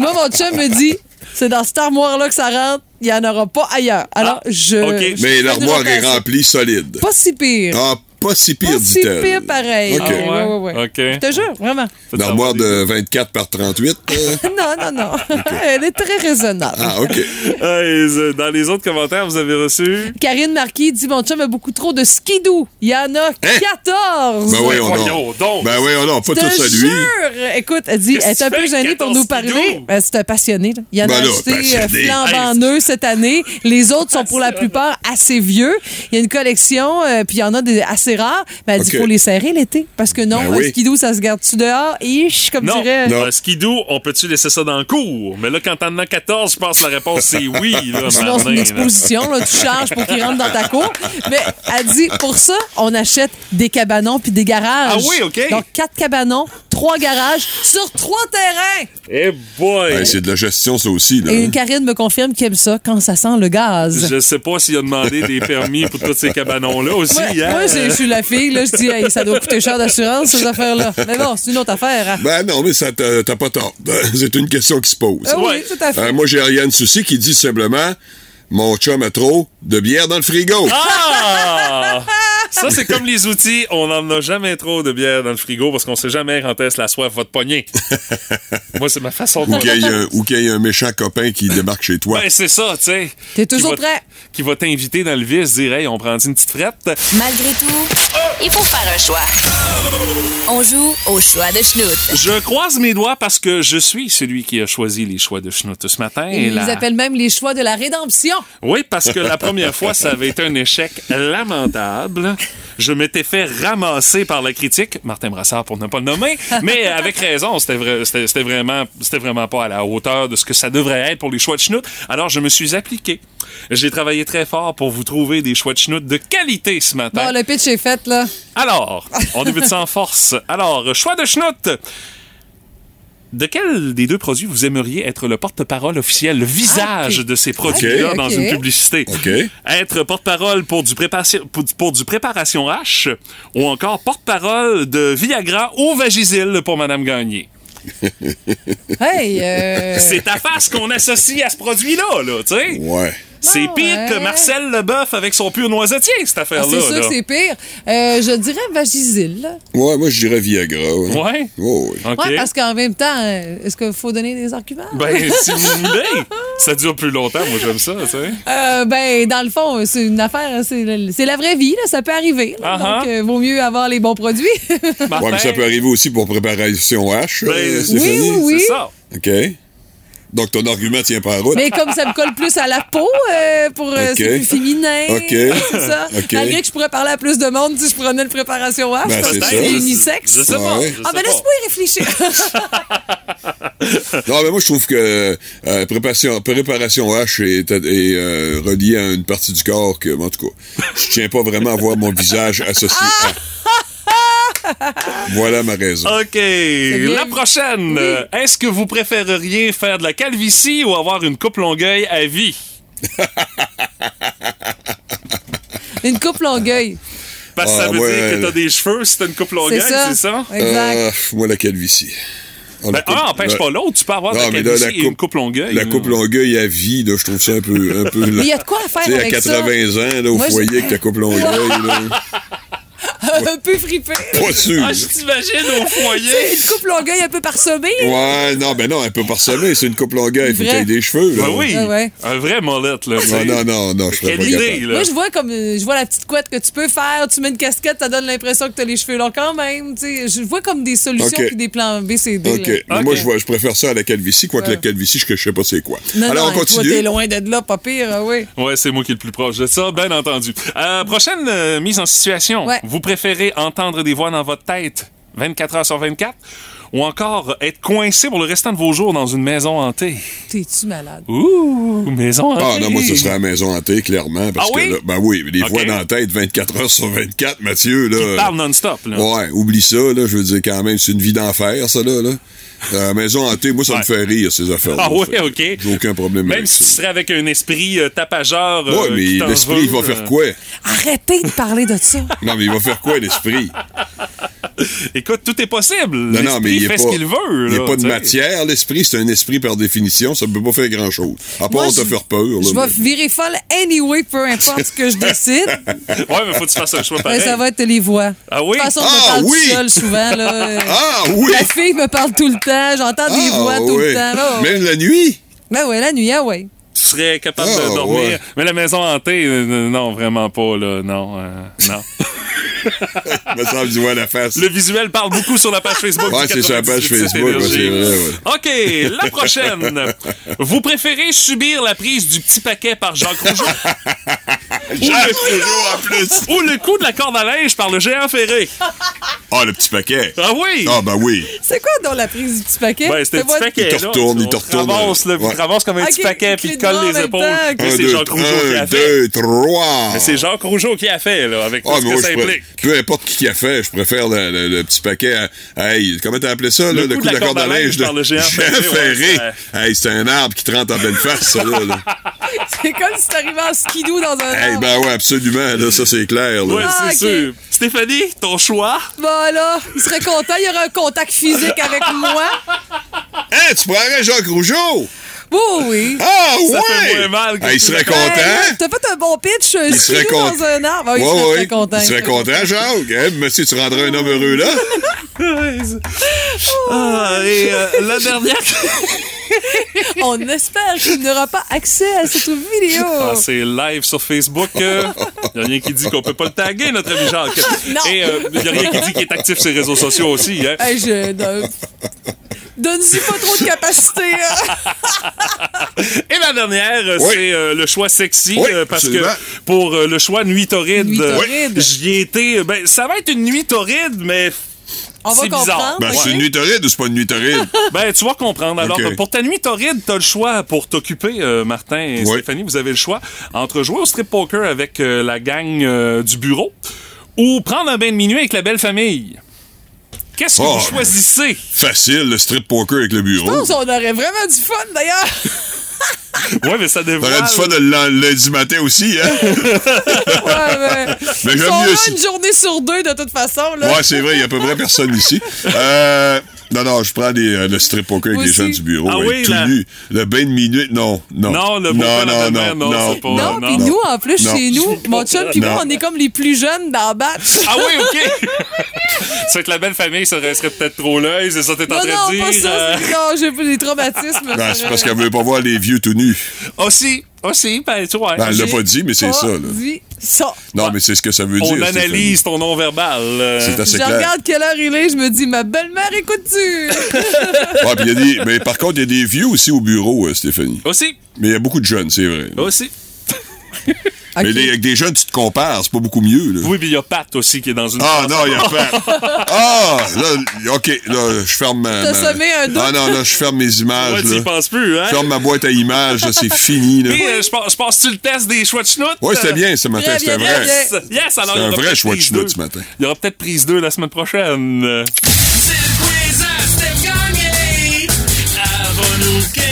Speaker 2: Moi, mon chum me dit, c'est dans cette armoire-là que ça rentre, il n'y en aura pas ailleurs. Alors,
Speaker 1: Ah.
Speaker 2: je. je fais
Speaker 10: Mais
Speaker 2: une
Speaker 10: l'armoire est
Speaker 2: rotation.
Speaker 10: remplie solide.
Speaker 2: Pas si pire.
Speaker 10: Ah, pas si
Speaker 2: pas
Speaker 10: pire,
Speaker 2: si
Speaker 10: dit-elle.
Speaker 2: pire pareil.
Speaker 1: Ah
Speaker 2: Ah
Speaker 10: OK.
Speaker 2: Ouais, ouais, ouais. Je te jure, vraiment.
Speaker 10: Une armoire de 24 par 38. euh,
Speaker 2: non, non, non. Elle est très raisonnable.
Speaker 10: Ah, OK.
Speaker 1: Hey, z- Dans les autres commentaires, vous avez reçu.
Speaker 2: Karine Marquis dit Mon chum a beaucoup trop de skidou. Il y en a 14.
Speaker 10: Hein? Ben oui, on
Speaker 1: Voyons donc.
Speaker 10: Ben oui, on pas
Speaker 2: Je te
Speaker 10: tous à lui.
Speaker 2: jure! Écoute, elle dit, elle est un
Speaker 1: Qu'est-ce
Speaker 2: peu
Speaker 1: que tu fais,
Speaker 2: gênée pour
Speaker 1: 14
Speaker 2: nous parler.
Speaker 1: skidoo?
Speaker 2: Ben, c'est un passionné. là. Il y en a
Speaker 10: Ben là,
Speaker 2: acheté euh,
Speaker 10: passionné.
Speaker 2: flambant neuf cette année. Les autres sont pour la plupart assez vieux. Il y a une collection, euh, puis il y en a des assez rares. Mais elle dit
Speaker 10: OK.
Speaker 2: faut les serrer l'été. Parce que non,
Speaker 10: Ben
Speaker 2: un
Speaker 10: oui.
Speaker 2: skidoo, ça se garde-tu dehors? Ish, comme
Speaker 1: Non,
Speaker 2: dirait. euh,
Speaker 1: non. skidoo, on peut-tu laisser ça dans le cours? Mais là, quand t'en as 14, je pense que la réponse c'est oui.
Speaker 2: tu
Speaker 1: Là, maintenant,
Speaker 2: lances une
Speaker 1: là.
Speaker 2: exposition, là, tu charges pour qu'ils rentrent dans ta cour. Mais elle dit, pour ça, on achète des cabanons puis des garages.
Speaker 1: Ah oui, OK.
Speaker 2: Donc, quatre cabanons, trois garages sur trois terrains.
Speaker 1: Eh boy!
Speaker 10: Ben, c'est de la gestion, ça aussi. Là.
Speaker 2: Et Karine me confirme qu'elle aime ça quand ça sent le gaz.
Speaker 1: je sais pas s'il a demandé des permis pour tous ces cabanons-là aussi.
Speaker 2: Ouais,
Speaker 1: hein?
Speaker 2: Moi, je je suis la fille, là, je dis, Hey, ça doit coûter cher d'assurance, ces affaires-là. Mais bon, c'est une autre affaire. hein.
Speaker 10: Ben non, mais ça t'a t'as pas tort. C'est une question qui se pose.
Speaker 2: Ah oui,
Speaker 1: ouais.
Speaker 2: tout à fait.
Speaker 10: Euh, moi, j'ai Ariane Soucy qui dit simplement Mon chum a trop de bière dans le frigo.
Speaker 1: Ah! Ça, c'est comme les outils. On n'en a jamais trop de bière dans le frigo parce qu'on sait jamais quand est-ce la soif va te pogner. Moi, c'est ma façon de
Speaker 10: Ou qu'il y, ait un- ou qu'il y ait un méchant copain qui débarque chez toi.
Speaker 1: Ben, c'est ça, tu sais.
Speaker 2: T'es
Speaker 10: toujours
Speaker 2: prêt.
Speaker 1: Qui va t'inviter dans le vice, dire, hey, on prend une petite frette.
Speaker 3: Malgré tout, il faut faire un choix. On joue au choix de Schnout.
Speaker 1: Je croise mes doigts parce que je suis celui qui a choisi les choix de Schnout ce matin.
Speaker 2: Ils
Speaker 1: la-
Speaker 2: appellent même les choix de la rédemption.
Speaker 1: Oui, parce que la première fois, ça avait été un échec lamentable. Je m'étais fait ramasser par la critique, Martin Brassard pour ne pas le nommer, mais avec raison, c'était vrai- c'était c'était vraiment, c'était vraiment pas à la hauteur de ce que ça devrait être pour les choix de schnout. Alors, je me suis appliqué. J'ai travaillé très fort pour vous trouver des choix de schnout de qualité ce matin.
Speaker 2: Bon, le pitch est fait, là.
Speaker 1: Alors, on débute sans force. Alors, choix de schnout. De quel des deux produits vous aimeriez être le porte-parole officiel, le visage
Speaker 12: Ah, ok.
Speaker 1: de ces produits-là
Speaker 12: Ok,
Speaker 1: dans
Speaker 12: ok.
Speaker 1: une publicité? Être porte-parole pour, du préparation- pour, du- pour du préparation H ou encore porte-parole de Viagra ou Vagisil pour Madame Gagné?
Speaker 2: Hey, euh,
Speaker 1: C'est ta face qu'on associe à ce produit-là, là, tu sais?
Speaker 10: Ouais.
Speaker 1: C'est
Speaker 2: Ah
Speaker 1: pire que
Speaker 2: ouais.
Speaker 1: Marcel Leboeuf avec son pur noisetier, cette
Speaker 2: ah,
Speaker 1: affaire-là.
Speaker 2: c'est sûr
Speaker 1: là.
Speaker 2: que c'est pire. Euh, je dirais Vagisil. là.
Speaker 10: Ouais, moi, je dirais Viagra. Ouais?
Speaker 1: Ouais?
Speaker 10: Oh, oui.
Speaker 1: OK.
Speaker 2: Ouais, parce qu'en même temps, euh, est-ce qu'il faut donner des arguments?
Speaker 1: Ben, si vous voulez. Ça dure plus longtemps, moi j'aime ça, tu sais.
Speaker 2: Euh, ben, dans le fond, c'est une affaire, hein, c'est la- c'est la vraie vie, là, ça peut arriver.
Speaker 10: Ah,
Speaker 2: là.
Speaker 1: Ah-ha.
Speaker 2: Donc, euh, vaut mieux avoir les bons produits.
Speaker 10: Ouais, mais ça peut arriver aussi pour préparation H,
Speaker 1: Ben,
Speaker 10: euh,
Speaker 1: oui,
Speaker 2: oui,
Speaker 10: Stéphanie.
Speaker 2: oui. C'est ça.
Speaker 10: OK. Donc, ton argument tient pas la route.
Speaker 2: Mais comme ça me colle plus à la peau, euh, pour euh,
Speaker 10: Ok.
Speaker 2: c'est plus féminin,
Speaker 10: Ok.
Speaker 2: c'est ça.
Speaker 10: Ok.
Speaker 2: Malgré que je pourrais parler à plus de monde si je prenais le préparation H,
Speaker 10: Ben, c'est
Speaker 2: peut-être,
Speaker 10: ça.
Speaker 2: il est unisexe.
Speaker 10: Je sais pas, Ouais. je
Speaker 2: Ah,
Speaker 10: sais
Speaker 2: ben
Speaker 10: pas.
Speaker 2: laisse-moi y réfléchir.
Speaker 10: Non, mais moi, je trouve que euh, préparation, préparation H est, est, euh, reliée à une partie du corps que, en tout cas, je tiens pas vraiment à voir mon visage associé à. Voilà ma raison.
Speaker 1: OK. La prochaine. Euh, Est-ce que vous préféreriez faire de la calvitie ou avoir une coupe longueuil à vie?
Speaker 2: Une coupe longueuil.
Speaker 1: Parce que
Speaker 10: Ah,
Speaker 1: ça veut
Speaker 10: ouais,
Speaker 1: dire
Speaker 10: ouais.
Speaker 1: que t'as des cheveux si t'as une coupe longueuil,
Speaker 2: C'est ça.
Speaker 1: c'est ça?
Speaker 10: Euh, moi, la calvitie. On
Speaker 1: Ben,
Speaker 10: la coupe-
Speaker 1: un empêche
Speaker 10: la-
Speaker 1: pas l'autre. Tu peux avoir de la
Speaker 10: Non, mais là,
Speaker 1: calvitie
Speaker 10: la
Speaker 1: et une coupe longueuil.
Speaker 10: La
Speaker 1: là.
Speaker 10: coupe longueuil à vie, là, je trouve ça un peu. Un peu
Speaker 2: Mais il y a de quoi à faire
Speaker 10: Tu sais,
Speaker 2: avec ça.
Speaker 10: à 80 ans, là, au
Speaker 2: Moi, je-
Speaker 10: foyer, avec la coupe longueuil, là. Euh,
Speaker 2: un peu fripé.
Speaker 10: Pas sûr. Ah, je
Speaker 1: t'imagine au foyer.
Speaker 2: une coupe longueuil un peu parsemée.
Speaker 10: Ouais, non, ben non, un peu parsemée, c'est une coupe longueuil, il faut
Speaker 2: Vrai.
Speaker 10: qu'il y ait des cheveux, là.
Speaker 1: Ben oui.
Speaker 2: Ah ouais.
Speaker 1: Un vrai molette, là. tu sais.
Speaker 10: Non, non, non, non, je serais
Speaker 1: Quelle
Speaker 10: pas
Speaker 1: idée,
Speaker 10: capable.
Speaker 1: là.
Speaker 2: Moi, je vois comme euh, je vois la petite couette que tu peux faire. Tu mets une casquette, ça donne l'impression que t'as les cheveux longs quand même. tu sais. Je vois comme des solutions
Speaker 10: Ok.
Speaker 2: puis des plans B, C, D.
Speaker 10: OK.
Speaker 2: là.
Speaker 10: Mais Moi, je, vois- je préfère ça à la calvitie, quoique
Speaker 2: Ouais.
Speaker 10: la calvitie, je je sais pas c'est quoi.
Speaker 2: Non,
Speaker 10: Alors,
Speaker 2: non, hein,
Speaker 10: on
Speaker 2: Toi, t'es
Speaker 10: continue.
Speaker 2: loin d'être là, pas pire, ah oui.
Speaker 1: Ouais, c'est moi qui est le plus proche de ça, bien entendu. Euh, prochaine euh, mise en situation.
Speaker 2: Ouais.
Speaker 1: Vous préférez entendre des voix dans votre tête 24 heures sur 24 ou encore être coincé pour le restant de vos jours dans une maison hantée?
Speaker 2: T'es-tu malade?
Speaker 1: Ouh, maison hantée.
Speaker 10: Ah non, moi, ce serait la maison hantée, clairement. Parce
Speaker 1: Ah
Speaker 10: que
Speaker 1: oui?
Speaker 10: là, ben oui, les
Speaker 1: OK.
Speaker 10: voix dans la tête 24 heures sur 24, Mathieu, là.
Speaker 1: Parle non-stop, là.
Speaker 10: Ouais, oublie ça, là. Je veux dire, quand même, c'est une vie d'enfer, ça, là. là. La maison hantée, moi, ça me fait rire, ces affaires-là.
Speaker 1: Ah oui,
Speaker 10: Fait que
Speaker 1: OK.
Speaker 10: J'ai aucun problème
Speaker 1: Même
Speaker 10: avec
Speaker 1: si tu serais avec un esprit euh, tapageur.
Speaker 10: ça.
Speaker 1: euh,
Speaker 10: Ouais, mais
Speaker 1: qui t'en
Speaker 10: l'esprit, il va
Speaker 1: veut,
Speaker 10: faire
Speaker 1: euh,
Speaker 10: quoi?
Speaker 2: Arrêtez de parler de ça.
Speaker 10: Non, mais il va faire quoi, l'esprit?
Speaker 1: euh, Écoute, tout est possible.
Speaker 10: Non, non, mais
Speaker 1: L'esprit
Speaker 10: il n'y a
Speaker 1: fait
Speaker 10: pas,
Speaker 1: ce qu'il veut.
Speaker 10: il y a
Speaker 1: là,
Speaker 10: pas de
Speaker 1: t'sais.
Speaker 10: matière, l'esprit. C'est un esprit par définition. Ça ne peut pas faire grand-chose. À part
Speaker 2: Moi,
Speaker 10: te
Speaker 2: je-
Speaker 10: faire peur.
Speaker 2: Je
Speaker 10: là,
Speaker 2: vais virer folle anyway, peu importe ce que je décide.
Speaker 1: ouais, mais faut que tu fasses un choix
Speaker 2: Ouais,
Speaker 1: pareil.
Speaker 2: ça va être les voix.
Speaker 1: Ah oui?
Speaker 2: De toute façon, on
Speaker 1: Ah
Speaker 2: me parle
Speaker 1: oui!
Speaker 2: tout seul souvent. Là.
Speaker 1: Ah oui!
Speaker 2: La fille me parle tout le temps. J'entends des
Speaker 1: Ah
Speaker 2: voix tout
Speaker 1: oui.
Speaker 2: le temps. là.
Speaker 1: Même
Speaker 10: la nuit?
Speaker 2: Ben oui, la nuit, ah oui.
Speaker 1: tu serais capable de
Speaker 10: Ah,
Speaker 1: dormir.
Speaker 10: ouais.
Speaker 1: Mais la maison hantée, euh, non, vraiment pas, là. Non, euh, non.
Speaker 10: mais ça me dit, ouais, la face.
Speaker 1: Le visuel parle beaucoup sur la page Facebook.
Speaker 10: Ouais,
Speaker 1: du
Speaker 10: c'est sur la page
Speaker 1: 98
Speaker 10: Facebook, ouais,
Speaker 1: Énergie.
Speaker 10: c'est vrai,
Speaker 1: OK, la prochaine. Vous préférez subir la prise du petit paquet par Jacques Rougeau?
Speaker 10: Jacques
Speaker 1: Rougeau, en plus! Ou le coup de la corde à linge par le géant ferré?
Speaker 10: Ah, le petit paquet.
Speaker 1: Ah oui?
Speaker 10: Ah, ben oui.
Speaker 2: C'est quoi dans la prise du petit paquet?
Speaker 1: Ben,
Speaker 2: C'est
Speaker 1: c'était le petit
Speaker 2: moi-
Speaker 1: paquet.
Speaker 10: Il te
Speaker 1: là.
Speaker 10: retourne, il
Speaker 1: On
Speaker 10: te retourne.
Speaker 1: Ramasse, là, puis
Speaker 10: Ouais.
Speaker 1: tu ramasses comme un
Speaker 2: Eh, Ok,
Speaker 1: petit paquet, puis
Speaker 2: clé
Speaker 1: il
Speaker 2: de
Speaker 1: te
Speaker 2: bras
Speaker 1: colle
Speaker 2: en
Speaker 1: les
Speaker 2: même
Speaker 1: épaules.
Speaker 2: temps.
Speaker 1: Là,
Speaker 10: Un,
Speaker 1: c'est
Speaker 10: deux,
Speaker 1: Jacques Rougeau qui a
Speaker 10: un,
Speaker 1: fait.
Speaker 10: deux, trois.
Speaker 1: Mais C'est Jacques Rougeau qui a fait, là, avec tout
Speaker 10: Ah,
Speaker 1: ce
Speaker 10: mais
Speaker 1: que
Speaker 10: moi,
Speaker 1: ça
Speaker 10: je pré-
Speaker 1: implique.
Speaker 10: peu importe qui qui a fait, je préfère le, le- le petit paquet à, hey, comment t'as appelé ça, là, le, coup de la corde à linge de
Speaker 1: par le géant ferré, ouais, euh,
Speaker 10: ferré. Hey, c'est un arbre qui te rentre en belle face, ça, là. là.
Speaker 2: C'est comme si t'arrivais en skidou dans un
Speaker 10: hey,
Speaker 2: arbre.
Speaker 10: ben ouais, absolument, là, ça, c'est clair, là.
Speaker 1: Ouais,
Speaker 2: Ah,
Speaker 1: c'est
Speaker 2: ok.
Speaker 1: sûr. Stéphanie, ton choix?
Speaker 2: Bon, Bah, là, il serait content, il y aurait un contact physique avec moi.
Speaker 10: Hey, tu prendrais Jacques Rougeau?
Speaker 2: Oui, oui.
Speaker 10: Ah,
Speaker 1: Ça fait moins mal que
Speaker 10: Ah, il serait
Speaker 2: Ben,
Speaker 10: content.
Speaker 2: T'as fait un bon pitch. euh,
Speaker 10: Il serait
Speaker 2: scié
Speaker 10: content.
Speaker 2: dans un arbre. Ah oui,
Speaker 10: Ouais,
Speaker 2: il serait
Speaker 10: ouais.
Speaker 2: très content.
Speaker 10: Il serait content, Jacques. Hein, monsieur, tu rendrais un homme heureux, là?
Speaker 2: Oh,
Speaker 1: Ah, et euh, la dernière.
Speaker 2: On espère qu'il n'aura pas accès à cette vidéo.
Speaker 1: Ah, c'est live sur Facebook. Il n'y a rien qui dit qu'on peut pas le taguer, notre ami Jacques.
Speaker 2: Non.
Speaker 1: Et il n'y a rien qui dit qu'il est actif sur les réseaux sociaux aussi. Hein.
Speaker 2: Hey, je- non. Donne-y pas trop de capacité. hein.
Speaker 1: Et la dernière, euh, c'est euh, le choix sexy,
Speaker 10: Oui,
Speaker 1: euh, parce
Speaker 10: absolument.
Speaker 1: que pour euh, le choix nuit torride,
Speaker 2: Nuit
Speaker 1: euh,
Speaker 2: torride.
Speaker 1: j'y ai été. euh, Ben, ça va être une nuit torride, mais
Speaker 2: On va
Speaker 1: c'est bizarre.
Speaker 2: comprendre,
Speaker 10: Ben, c'est une nuit torride ou c'est pas une nuit torride?
Speaker 1: Ben, tu vas comprendre. Alors,
Speaker 10: Ok.
Speaker 1: pour ta nuit torride, t'as le choix pour t'occuper, euh, Martin et
Speaker 10: Ouais.
Speaker 1: Stéphanie. Vous avez le choix entre jouer au strip poker avec euh, la gang euh, du bureau ou prendre un bain de minuit avec la belle famille. Qu'est-ce que
Speaker 10: Oh.
Speaker 1: vous choisissez?
Speaker 10: Facile, le strip poker avec le
Speaker 2: Je
Speaker 10: bureau.
Speaker 2: pense qu'on aurait vraiment du fun d'ailleurs.
Speaker 1: Ouais, mais ça dévoile.
Speaker 10: T'aurais du fun le lan- lundi matin aussi, hein?
Speaker 2: Ouais,
Speaker 10: Mais j'aime
Speaker 2: mais... On
Speaker 10: mieux
Speaker 2: a
Speaker 10: si-
Speaker 2: une journée sur deux de toute façon. Là.
Speaker 10: Ouais, c'est vrai, il y a à peu près personne ici. Euh, non, non, je prends des, euh, le strip poker avec
Speaker 2: Moi
Speaker 10: les gens
Speaker 2: aussi.
Speaker 10: du bureau.
Speaker 1: Ah
Speaker 10: ouais,
Speaker 1: oui,
Speaker 10: tout
Speaker 1: la-
Speaker 10: nu. Le bain de minuit, non, non.
Speaker 1: Non, le beau-père, la belle-mère, non, c'est pas-
Speaker 2: non,
Speaker 1: non.
Speaker 2: puis nous, en plus,
Speaker 10: Non.
Speaker 2: chez nous, mon chum puis
Speaker 10: Non.
Speaker 2: moi, on est comme les plus jeunes dans la batch.
Speaker 1: Ah oui, OK! c'est que la belle famille serait, serait peut-être trop l'œil, c'est ça que t'es en
Speaker 2: Non,
Speaker 1: train
Speaker 2: non,
Speaker 1: de dire.
Speaker 2: pas ça.
Speaker 1: euh.
Speaker 2: c'est- Non, j'ai des traumatismes.
Speaker 10: Non, c'est
Speaker 2: ça.
Speaker 10: parce qu'elle veut pas voir les vieux tout nus.
Speaker 1: Aussi, aussi, ben, tu vois.
Speaker 10: Ben, elle l'a
Speaker 1: j'ai-
Speaker 10: pas dit, mais c'est
Speaker 2: Ah, Pas
Speaker 10: ça, là.
Speaker 2: dit ça.
Speaker 10: Non, mais c'est ce que ça veut
Speaker 1: on
Speaker 10: dire. Stéphanie.
Speaker 1: analyse ton non-verbal. euh.
Speaker 10: C'est
Speaker 2: Je
Speaker 10: assez clair.
Speaker 2: regarde quelle heure il est, je me dis, ma belle-mère écoute-tu?
Speaker 10: Ouais, Ah, puis il y a des- mais par contre, il y a des vieux aussi au bureau, euh, Stéphanie.
Speaker 1: Aussi,
Speaker 10: Mais il y a beaucoup de jeunes, c'est vrai.
Speaker 1: aussi.
Speaker 10: Mais les- avec des jeunes, tu te compares, c'est pas beaucoup mieux. Là.
Speaker 1: Oui, puis il y a Pat aussi qui est dans une.
Speaker 10: Ah non, il a fait. Ah, là, OK, là, je ferme ma...
Speaker 2: T'as
Speaker 10: ma-
Speaker 2: semé un doute.
Speaker 10: Ah non, là, je ferme mes
Speaker 1: Ouais,
Speaker 10: images.
Speaker 1: tu y
Speaker 10: là.
Speaker 1: penses plus, hein?
Speaker 10: Je ferme ma boîte à images, là, c'est fini. Là.
Speaker 1: Puis, euh, je pense- je passe-tu le test des choix de schnout?
Speaker 10: Ouais, c'était bien ce matin,
Speaker 2: Bien,
Speaker 10: c'était
Speaker 2: bien, bien,
Speaker 10: vrai.
Speaker 2: bien.
Speaker 1: Yes! Yes, alors
Speaker 10: C'est
Speaker 1: il y
Speaker 10: un
Speaker 1: aura
Speaker 10: vrai
Speaker 1: peut-être
Speaker 10: choix de
Speaker 1: prise
Speaker 10: schnout
Speaker 1: deux.
Speaker 10: ce matin.
Speaker 1: Il y aura peut-être prise 2 la semaine prochaine. Euh,
Speaker 12: C'est le quiz à Steph Gagné. Avant nous questionner.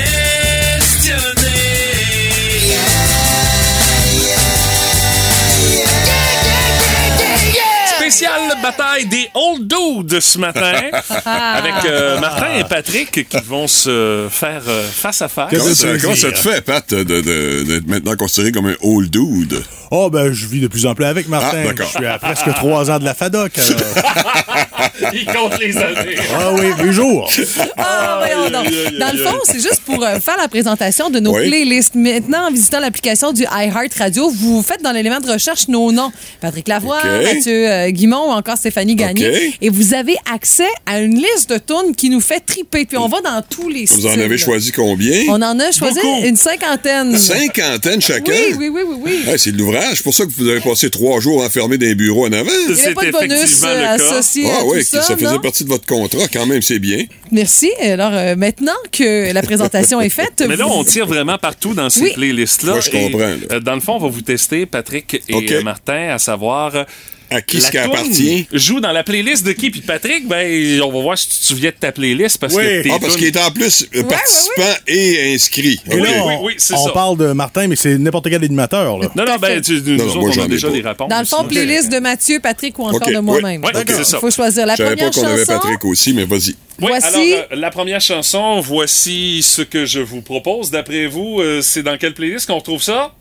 Speaker 1: Spécial bataille des Old Dudes ce matin avec euh, Martin et Patrick qui vont se faire euh, face à face.
Speaker 10: Comment ça, comment ça te fait, Pat, de- de- de- d'être maintenant considéré comme un old dude?
Speaker 13: Oh, ben, je vis de plus en plus avec Martin.
Speaker 10: Ah, d'accord.
Speaker 13: je suis à presque trois ans de la FADOC. alors.
Speaker 1: Il compte les années.
Speaker 13: ah oui, huit jours.
Speaker 2: Ah, voyons donc. Dans le fond, c'est juste pour euh, faire la présentation de nos
Speaker 13: Oui.
Speaker 2: playlists. Maintenant, en visitant l'application du iHeart Radio, vous faites dans l'élément de recherche nos noms. Patrick Lavoie,
Speaker 14: OK.
Speaker 2: Mathieu euh, Guimont ou encore Stéphanie Gagné.
Speaker 10: OK.
Speaker 2: Et vous avez accès à une liste de tunes qui nous fait triper. Puis on va dans tous les
Speaker 10: Vous en
Speaker 2: styles.
Speaker 10: avez choisi combien?
Speaker 2: On en a choisi
Speaker 10: Beaucoup.
Speaker 2: une cinquantaine.
Speaker 10: Cinquantaine chacun?
Speaker 2: Oui, oui, oui, oui. oui.
Speaker 10: Ouais, c'est de l'ouvrage. C'est pour ça que vous avez passé trois jours enfermés dans les bureaux en avant.
Speaker 2: Il y avait pas de bonus, effectivement le euh, cas. associé à
Speaker 10: Ah
Speaker 2: tout
Speaker 10: oui,
Speaker 2: ça,
Speaker 10: faisait
Speaker 2: non?
Speaker 10: partie de votre contrat. Quand même, c'est bien.
Speaker 2: Merci. Alors, euh, maintenant que la présentation est faite...
Speaker 1: Mais là,
Speaker 2: vous-
Speaker 1: on tire vraiment partout dans ces
Speaker 2: Oui.
Speaker 1: playlists-là.
Speaker 10: Moi, je
Speaker 1: Et,
Speaker 10: comprends, là.
Speaker 1: euh, dans le fond, on va vous tester, Patrick et
Speaker 10: OK.
Speaker 1: euh, Martin, à savoir. euh,
Speaker 10: À qui
Speaker 1: la
Speaker 10: ce qu'elle
Speaker 1: toune
Speaker 10: appartient?
Speaker 1: Joue dans la playlist de qui? Puis Patrick, ben, on va voir si tu te souviens de ta playlist. Parce que tes
Speaker 10: Ah, parce
Speaker 1: tounes-
Speaker 10: qu'il est en plus euh, participant et inscrit.
Speaker 13: Et
Speaker 10: OK.
Speaker 13: là, on, on parle de Martin, mais c'est n'importe quel animateur. Là.
Speaker 1: Non, non, ben, tu, nous
Speaker 10: Non, non,
Speaker 1: autres,
Speaker 10: moi,
Speaker 1: on
Speaker 10: j'en
Speaker 1: a
Speaker 10: ai
Speaker 1: déjà
Speaker 10: pas.
Speaker 1: les réponses.
Speaker 2: Dans le fond, playlist de Mathieu, Patrick ou encore
Speaker 1: OK,
Speaker 2: de
Speaker 1: oui.
Speaker 2: moi-même.
Speaker 1: Oui, OK, c'est ça.
Speaker 2: Il faut choisir la
Speaker 10: Je savais
Speaker 2: première
Speaker 10: pas qu'on avait
Speaker 2: chanson.
Speaker 10: Patrick aussi, mais vas-y.
Speaker 1: Oui,
Speaker 2: Voici-
Speaker 1: alors, euh, la première chanson, voici ce que je vous propose. D'après vous, euh, c'est dans quelle playlist qu'on retrouve ça?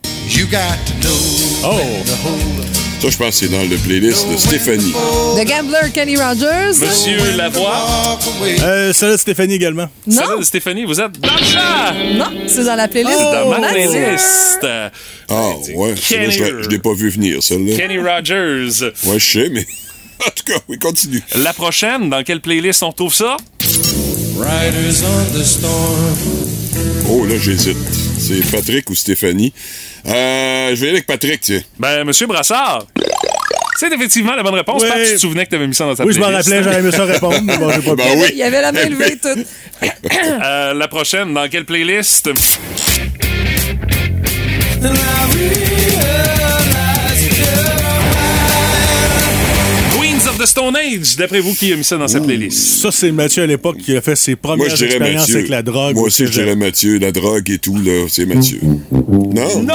Speaker 13: Oh!
Speaker 10: Ça, je pense que c'est dans le
Speaker 2: Oh,
Speaker 10: playlist de Stéphanie.
Speaker 2: The Gambler, Kenny Rogers.
Speaker 1: Monsieur Lavoie.
Speaker 13: Euh, celle de Stéphanie également.
Speaker 1: Celle de Stéphanie, vous êtes dans le champ!
Speaker 2: Non, c'est dans la playlist.
Speaker 1: C'est Oh, dans ma
Speaker 2: Oh, Mathieu.
Speaker 1: playlist. Euh,
Speaker 10: Ah, ouais. celle-là, Je l'ai- je l'ai pas vu venir, celle-là.
Speaker 1: Kenny Rogers.
Speaker 10: Ouais, je sais, mais. En tout cas, oui, continue.
Speaker 1: La prochaine, dans quelle playlist on trouve ça?
Speaker 12: Riders on the storm.
Speaker 10: Oh, là, j'hésite. C'est Patrick ou Stéphanie? Euh, je vais aller avec Patrick, tiens.
Speaker 1: Ben, Monsieur Brassard. C'est effectivement la bonne réponse.
Speaker 13: Oui.
Speaker 1: Pat, tu te souvenais que t'avais mis ça dans ta
Speaker 13: Oui, je
Speaker 1: playlist.
Speaker 13: m'en rappelais, j'avais aimé ça répondre, mais bon, j'ai pas
Speaker 10: Ben
Speaker 13: pu.
Speaker 10: oui.
Speaker 2: Il y avait la main levée toute.
Speaker 1: Euh, la prochaine, dans quelle playlist? Queens of the Stone Age, d'après vous, qui a mis ça dans sa playlist?
Speaker 13: Ça, c'est Mathieu à l'époque qui a fait ses
Speaker 10: Moi,
Speaker 13: premières
Speaker 10: je dirais
Speaker 13: expériences
Speaker 10: Mathieu.
Speaker 13: avec la drogue.
Speaker 10: Moi
Speaker 13: au
Speaker 10: aussi, je
Speaker 13: cégep.
Speaker 10: dirais Mathieu. La drogue et tout, là, c'est Mathieu. Non?
Speaker 1: Non!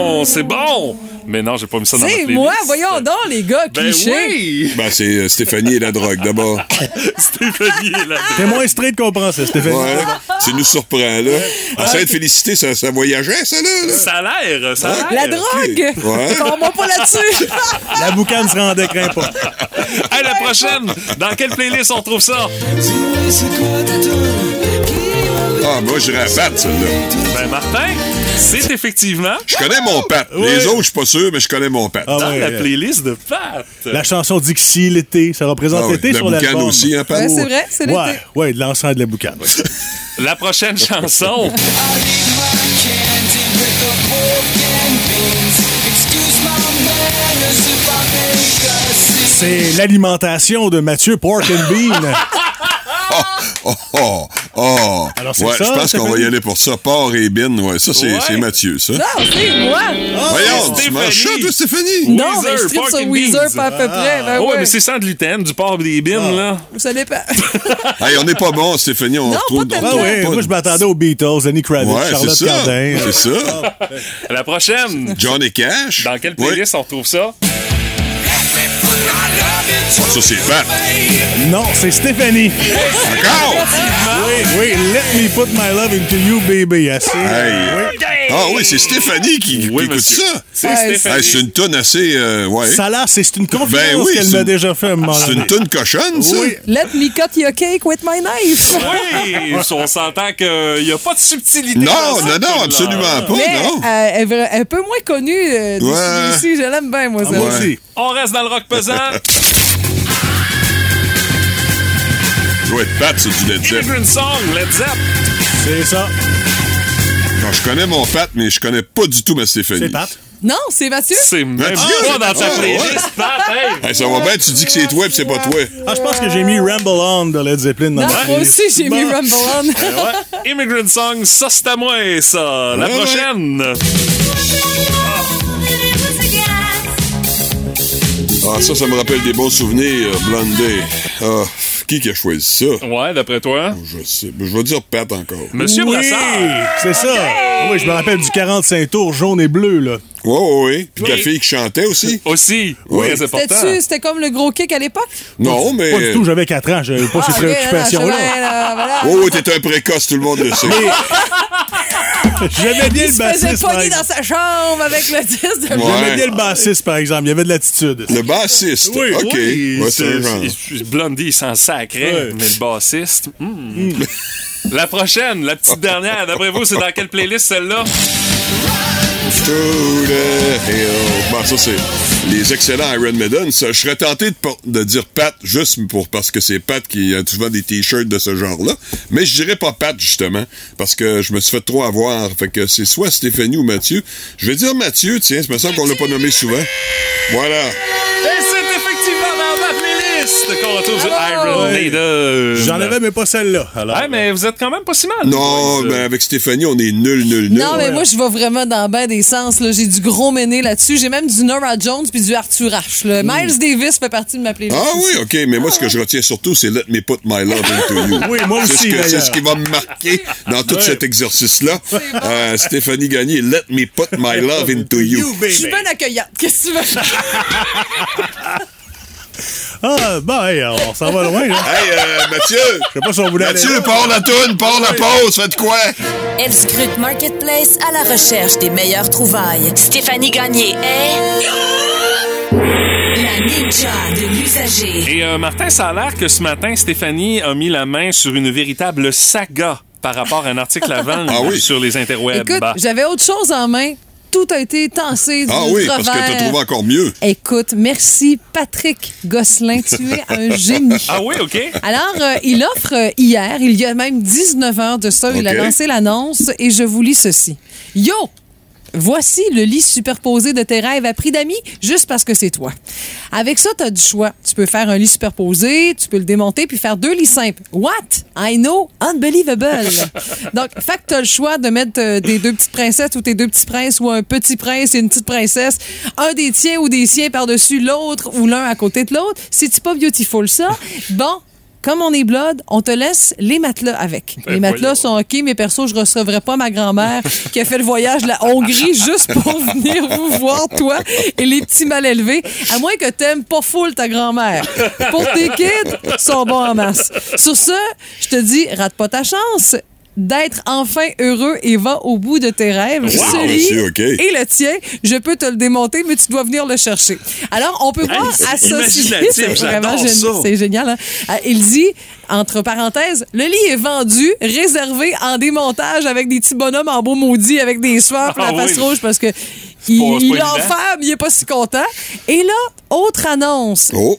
Speaker 1: bon, c'est bon! Mais non, j'ai pas mis ça dans notre
Speaker 2: C'est
Speaker 1: playlist.
Speaker 2: moi, voyons donc, les gars,
Speaker 1: Ben
Speaker 2: clichés.
Speaker 1: oui!
Speaker 10: Ben, c'est euh, Stéphanie et la drogue, d'abord.
Speaker 1: Stéphanie est là.
Speaker 13: T'es moins straight qu'on pense, Stéphanie.
Speaker 10: Ouais, tu nous surprends, là. À sainte félicité, ça, ça voyageait, ça, là. là.
Speaker 1: Ça a l'air, ça a
Speaker 2: La
Speaker 1: l'air.
Speaker 2: drogue!
Speaker 10: Ouais.
Speaker 2: On va pas là-dessus!
Speaker 13: La boucane se rendait craint pas.
Speaker 1: Hey, la prochaine! Dans quelle playlist on trouve ça?
Speaker 10: Ah, moi, je rabatte, celle-là.
Speaker 1: Ben, Martin, c'est effectivement
Speaker 10: Je connais mon Pat. Les autres, je suis pas sûr, mais je connais mon Pat.
Speaker 13: Ah
Speaker 1: dans
Speaker 13: ouais,
Speaker 1: la
Speaker 13: euh,
Speaker 1: playlist de Pat.
Speaker 13: La chanson Dixie, l'été, ça représente
Speaker 10: Ah oui,
Speaker 13: l'été
Speaker 10: la
Speaker 13: sur
Speaker 10: boucane
Speaker 13: l'album.
Speaker 10: aussi, hein, Pat?
Speaker 2: Ouais, c'est vrai, c'est l'été.
Speaker 13: Ouais, ouais, de l'ensemble de la boucane. ouais.
Speaker 1: La prochaine chanson.
Speaker 13: C'est l'alimentation de Mathieu Pork and Bean.
Speaker 10: Oh, oh, oh.
Speaker 13: Alors, c'est
Speaker 10: Ouais,
Speaker 13: ça,
Speaker 10: je pense qu'on va
Speaker 13: Stéphanie?
Speaker 10: y aller pour ça. Porc et bin, ouais. Ça, c'est
Speaker 1: Ouais.
Speaker 10: c'est Mathieu, ça.
Speaker 2: Non, c'est moi!
Speaker 10: Voyons, tu
Speaker 1: Stéphanie.
Speaker 10: manges ça, toi, Stéphanie?
Speaker 2: non,
Speaker 1: Weezer,
Speaker 2: mais je tripe
Speaker 1: Pork and
Speaker 2: sur Weezer
Speaker 1: Beans.
Speaker 2: pas à peu près. Ben
Speaker 1: Oh, ouais,
Speaker 2: ouais.
Speaker 1: mais c'est sans gluten, du porc et des bines, là.
Speaker 2: Ça dépend.
Speaker 10: Hey, on n'est pas bon, Stéphanie. On
Speaker 2: Non,
Speaker 10: retrouve
Speaker 2: pas
Speaker 10: dans-
Speaker 13: Ah
Speaker 2: tellement.
Speaker 13: ouais, moi je m'attendais aux Beatles, Lenny Kravitz,
Speaker 10: Ouais, c'est
Speaker 13: Charlotte
Speaker 10: ça.
Speaker 13: Cardin. Ah.
Speaker 10: C'est ça.
Speaker 1: La prochaine.
Speaker 10: John et Cash.
Speaker 1: Dans quelle
Speaker 10: Ouais.
Speaker 1: playlist on trouve ça?
Speaker 10: Ça, c'est Pat.
Speaker 13: Non, c'est Stéphanie.
Speaker 10: Encore!
Speaker 13: Oui, oui, Let me put my love into you, baby. Assez.
Speaker 10: Hey. Ah oui, c'est Stéphanie qui, qui
Speaker 1: Oui,
Speaker 10: écoute
Speaker 1: monsieur.
Speaker 10: ça.
Speaker 1: C'est
Speaker 2: Ouais,
Speaker 1: Stéphanie.
Speaker 10: Hey, c'est une tonne assez. euh, ouais.
Speaker 13: Ça a l'air, c'est c'est une confidence
Speaker 10: Ben oui,
Speaker 13: qu'elle
Speaker 10: c'est
Speaker 13: m'a
Speaker 10: une-
Speaker 13: déjà fait à un moment
Speaker 10: C'est
Speaker 13: donné.
Speaker 10: une tonne cochonne, ça.
Speaker 13: Oui.
Speaker 2: Let me cut your cake with my knife!
Speaker 1: Oui, on s'entend qu'il n'y a pas de subtilité. dans
Speaker 10: Non,
Speaker 1: cette
Speaker 10: non, non,
Speaker 1: tune-là.
Speaker 10: absolument pas,
Speaker 2: mais
Speaker 10: non.
Speaker 2: euh, elle est vra- elle est un peu moins connue euh, de
Speaker 10: Ouais.
Speaker 2: celui-ci. Je l'aime bien, moi, ça.
Speaker 13: Moi
Speaker 10: Ouais.
Speaker 13: aussi.
Speaker 1: On reste dans le rock pesant.
Speaker 10: Ça doit être Pat, c'est du Led Zepp.
Speaker 1: Immigrant Song, Led Zepp.
Speaker 13: C'est ça.
Speaker 10: Non, je connais mon Pat, mais je connais pas du tout ma Stéphanie.
Speaker 13: C'est Pat.
Speaker 2: Non, c'est Mathieu?
Speaker 1: C'est même
Speaker 10: Mathieu.
Speaker 1: pas dans ta
Speaker 10: Ah,
Speaker 1: playlist, Pat. hey.
Speaker 10: Hey, ça va bien, tu dis que c'est toi puis c'est pas toi.
Speaker 13: Ah, je pense que j'ai mis Ramble On de Led Zeppelin dans
Speaker 2: Non,
Speaker 13: ma
Speaker 2: moi
Speaker 13: playlist.
Speaker 2: aussi, j'ai mis
Speaker 13: Bon.
Speaker 2: Rumble On.
Speaker 1: Ouais. Immigrant Song, ça c'est à moi, ça.
Speaker 10: Ouais,
Speaker 1: La
Speaker 10: ouais.
Speaker 1: prochaine.
Speaker 10: Ah, ça, ça me rappelle des bons souvenirs, euh, Blondie. Ah, qui qui a choisi ça?
Speaker 1: Ouais, d'après toi.
Speaker 10: Je sais. Je vais dire Pat encore.
Speaker 13: Mm.
Speaker 1: Monsieur
Speaker 13: oui,
Speaker 1: Brassard.
Speaker 13: c'est ça. Ah Oui, je me rappelle du 45 tours jaune et bleu, là.
Speaker 10: Ouais, ouais, ouais. Puis la
Speaker 1: Oui.
Speaker 10: fille qui chantait aussi?
Speaker 1: Aussi. Oui,
Speaker 10: Ouais.
Speaker 1: c'est important.
Speaker 2: C'était-tu- C'était comme le gros kick à l'époque?
Speaker 10: Non, mais.
Speaker 13: Pas du tout, j'avais 4 ans, j'avais pas ces
Speaker 2: Ah, ok, ah, non, non, je
Speaker 13: préoccupations-là.
Speaker 2: savais, là, voilà.
Speaker 10: Oh, ouais, t'es un précoce, tout le monde le sait.
Speaker 13: J'aimais bien
Speaker 2: Il
Speaker 13: le
Speaker 2: se faisait
Speaker 13: bassiste. par
Speaker 2: pogner dans
Speaker 13: exemple.
Speaker 2: sa chambre avec le disque de
Speaker 10: Ouais.
Speaker 13: J'aimais bien le bassiste, par exemple. Il y avait de l'attitude.
Speaker 10: Le bassiste.
Speaker 13: Oui,
Speaker 10: OK.
Speaker 13: oui,
Speaker 10: Ouais, c'est un
Speaker 13: c'est-
Speaker 10: genre.
Speaker 1: Il- Blondie, il s'en sacrait,
Speaker 13: Ouais.
Speaker 1: mais le bassiste. hmm. La prochaine, la petite dernière, d'après vous, c'est dans quelle playlist celle-là?
Speaker 10: To the hill. Bon, ça, c'est les excellents Iron Maiden. Ça, je serais tenté de, por- de dire Pat, juste pour, parce que c'est Pat qui a souvent des t-shirts de ce genre-là. Mais je dirais pas Pat, justement, parce que je me suis fait trop avoir. Fait que c'est soit Stéphanie ou Mathieu. Je vais dire Mathieu, tiens, ça me semble qu'on l'a pas nommé souvent. Voilà.
Speaker 1: Et c'est effectivement dans ma playlist qu'on retrouve du Iron
Speaker 13: Ouais.
Speaker 1: Maiden.
Speaker 13: J'en avais, mais pas celle-là. Alors,
Speaker 1: Ouais, mais vous êtes quand même pas si mal.
Speaker 10: Non,
Speaker 1: les boys.
Speaker 10: mais avec Stéphanie, on est nul, nul, nul.
Speaker 2: Non, mais moi, je vais vraiment dans ben des sens. là. J'ai du gros méné là-dessus. J'ai même du Nora Jones puis du Arthur Ashe. là. Miles Davis fait partie de ma playlist.
Speaker 10: Ah oui, OK, mais moi, ce que je retiens surtout, c'est Let me put my love into you.
Speaker 13: Oui, moi
Speaker 10: C'est ce,
Speaker 13: aussi,
Speaker 10: que- c'est
Speaker 13: d'ailleurs.
Speaker 10: ce qui va me marquer dans tout
Speaker 13: Ouais.
Speaker 10: cet exercice-là. Euh, Stéphanie Gagné, Let me put my love into you.
Speaker 2: Je suis
Speaker 1: Eh
Speaker 13: baby.
Speaker 2: bien accueillante. Qu'est-ce que tu veux?
Speaker 13: Ah, ben, hey, on s'en va loin, là.
Speaker 10: Hey, euh, Mathieu!
Speaker 13: Je sais pas si on voulait aller
Speaker 10: Mathieu,
Speaker 13: là. Ah
Speaker 10: pars la toune, pars la pause, faites quoi?
Speaker 14: Elle scrute Marketplace à la recherche des meilleures trouvailles. Stéphanie Gagné est la ninja de l'usager.
Speaker 1: Et euh, Martin, ça a l'air que ce matin, Stéphanie a mis la main sur une véritable saga par rapport à un article avant
Speaker 10: Ah oui.
Speaker 1: sur les interwebs. Bah.
Speaker 2: Écoute, j'avais autre chose en main. Tout a été tensé du
Speaker 10: Ah oui, parce que t'as
Speaker 2: revers.
Speaker 10: trouvé encore mieux.
Speaker 2: Écoute, merci Patrick Gosselin, tu es un génie.
Speaker 1: Ah oui, OK.
Speaker 2: Alors, euh, il offre euh, hier, il y a même 19 heures de ça, il a
Speaker 10: Ok.
Speaker 2: lancé l'annonce et je vous lis ceci. Yo! Voici le lit superposé de tes rêves à prix d'amis, juste parce que c'est toi. Avec ça, tu as du choix. Tu peux faire un lit superposé, tu peux le démonter, puis faire deux lits simples. What? I know, unbelievable. Donc, fait que tu as le choix de mettre euh, des deux petites princesses ou tes deux petits princes ou un petit prince et une petite princesse, un des tiens ou des siens par-dessus l'autre ou l'un à côté de l'autre. C'est-tu pas beautiful, ça? Bon, comme on est blood, on te laisse les matelas avec.
Speaker 15: Ben
Speaker 2: les
Speaker 15: voyons.
Speaker 2: matelas sont OK, mais perso, je recevrai pas ma grand-mère qui a fait le voyage de la Hongrie juste pour venir vous voir, toi, et les petits mal élevés, à moins que t'aimes pas full ta grand-mère. Pour tes kids, ils sont bons en masse. Sur ce, je te dis, rate pas ta chance d'être enfin heureux et va au bout de tes rêves.
Speaker 10: Wow.
Speaker 2: Celui
Speaker 10: Monsieur, OK.
Speaker 2: et le tien, je peux te le démonter, mais tu dois venir le chercher. Alors, on peut
Speaker 12: Hey,
Speaker 2: voir
Speaker 12: c'est
Speaker 2: associer...
Speaker 12: imaginatif,
Speaker 2: C'est vraiment
Speaker 12: j'adore
Speaker 2: génial.
Speaker 12: ça.
Speaker 2: C'est génial. hein? Euh, Il dit, entre parenthèses, le lit est vendu, réservé en démontage avec des petits bonhommes en beau maudit, avec des sueurs, puis
Speaker 12: Ah
Speaker 2: la face
Speaker 12: oui.
Speaker 2: rouge, parce que
Speaker 12: C'est pas- c'est
Speaker 2: il
Speaker 12: pas
Speaker 2: en
Speaker 12: évident.
Speaker 2: femme, il est pas si content. Et là, autre annonce
Speaker 10: Oh,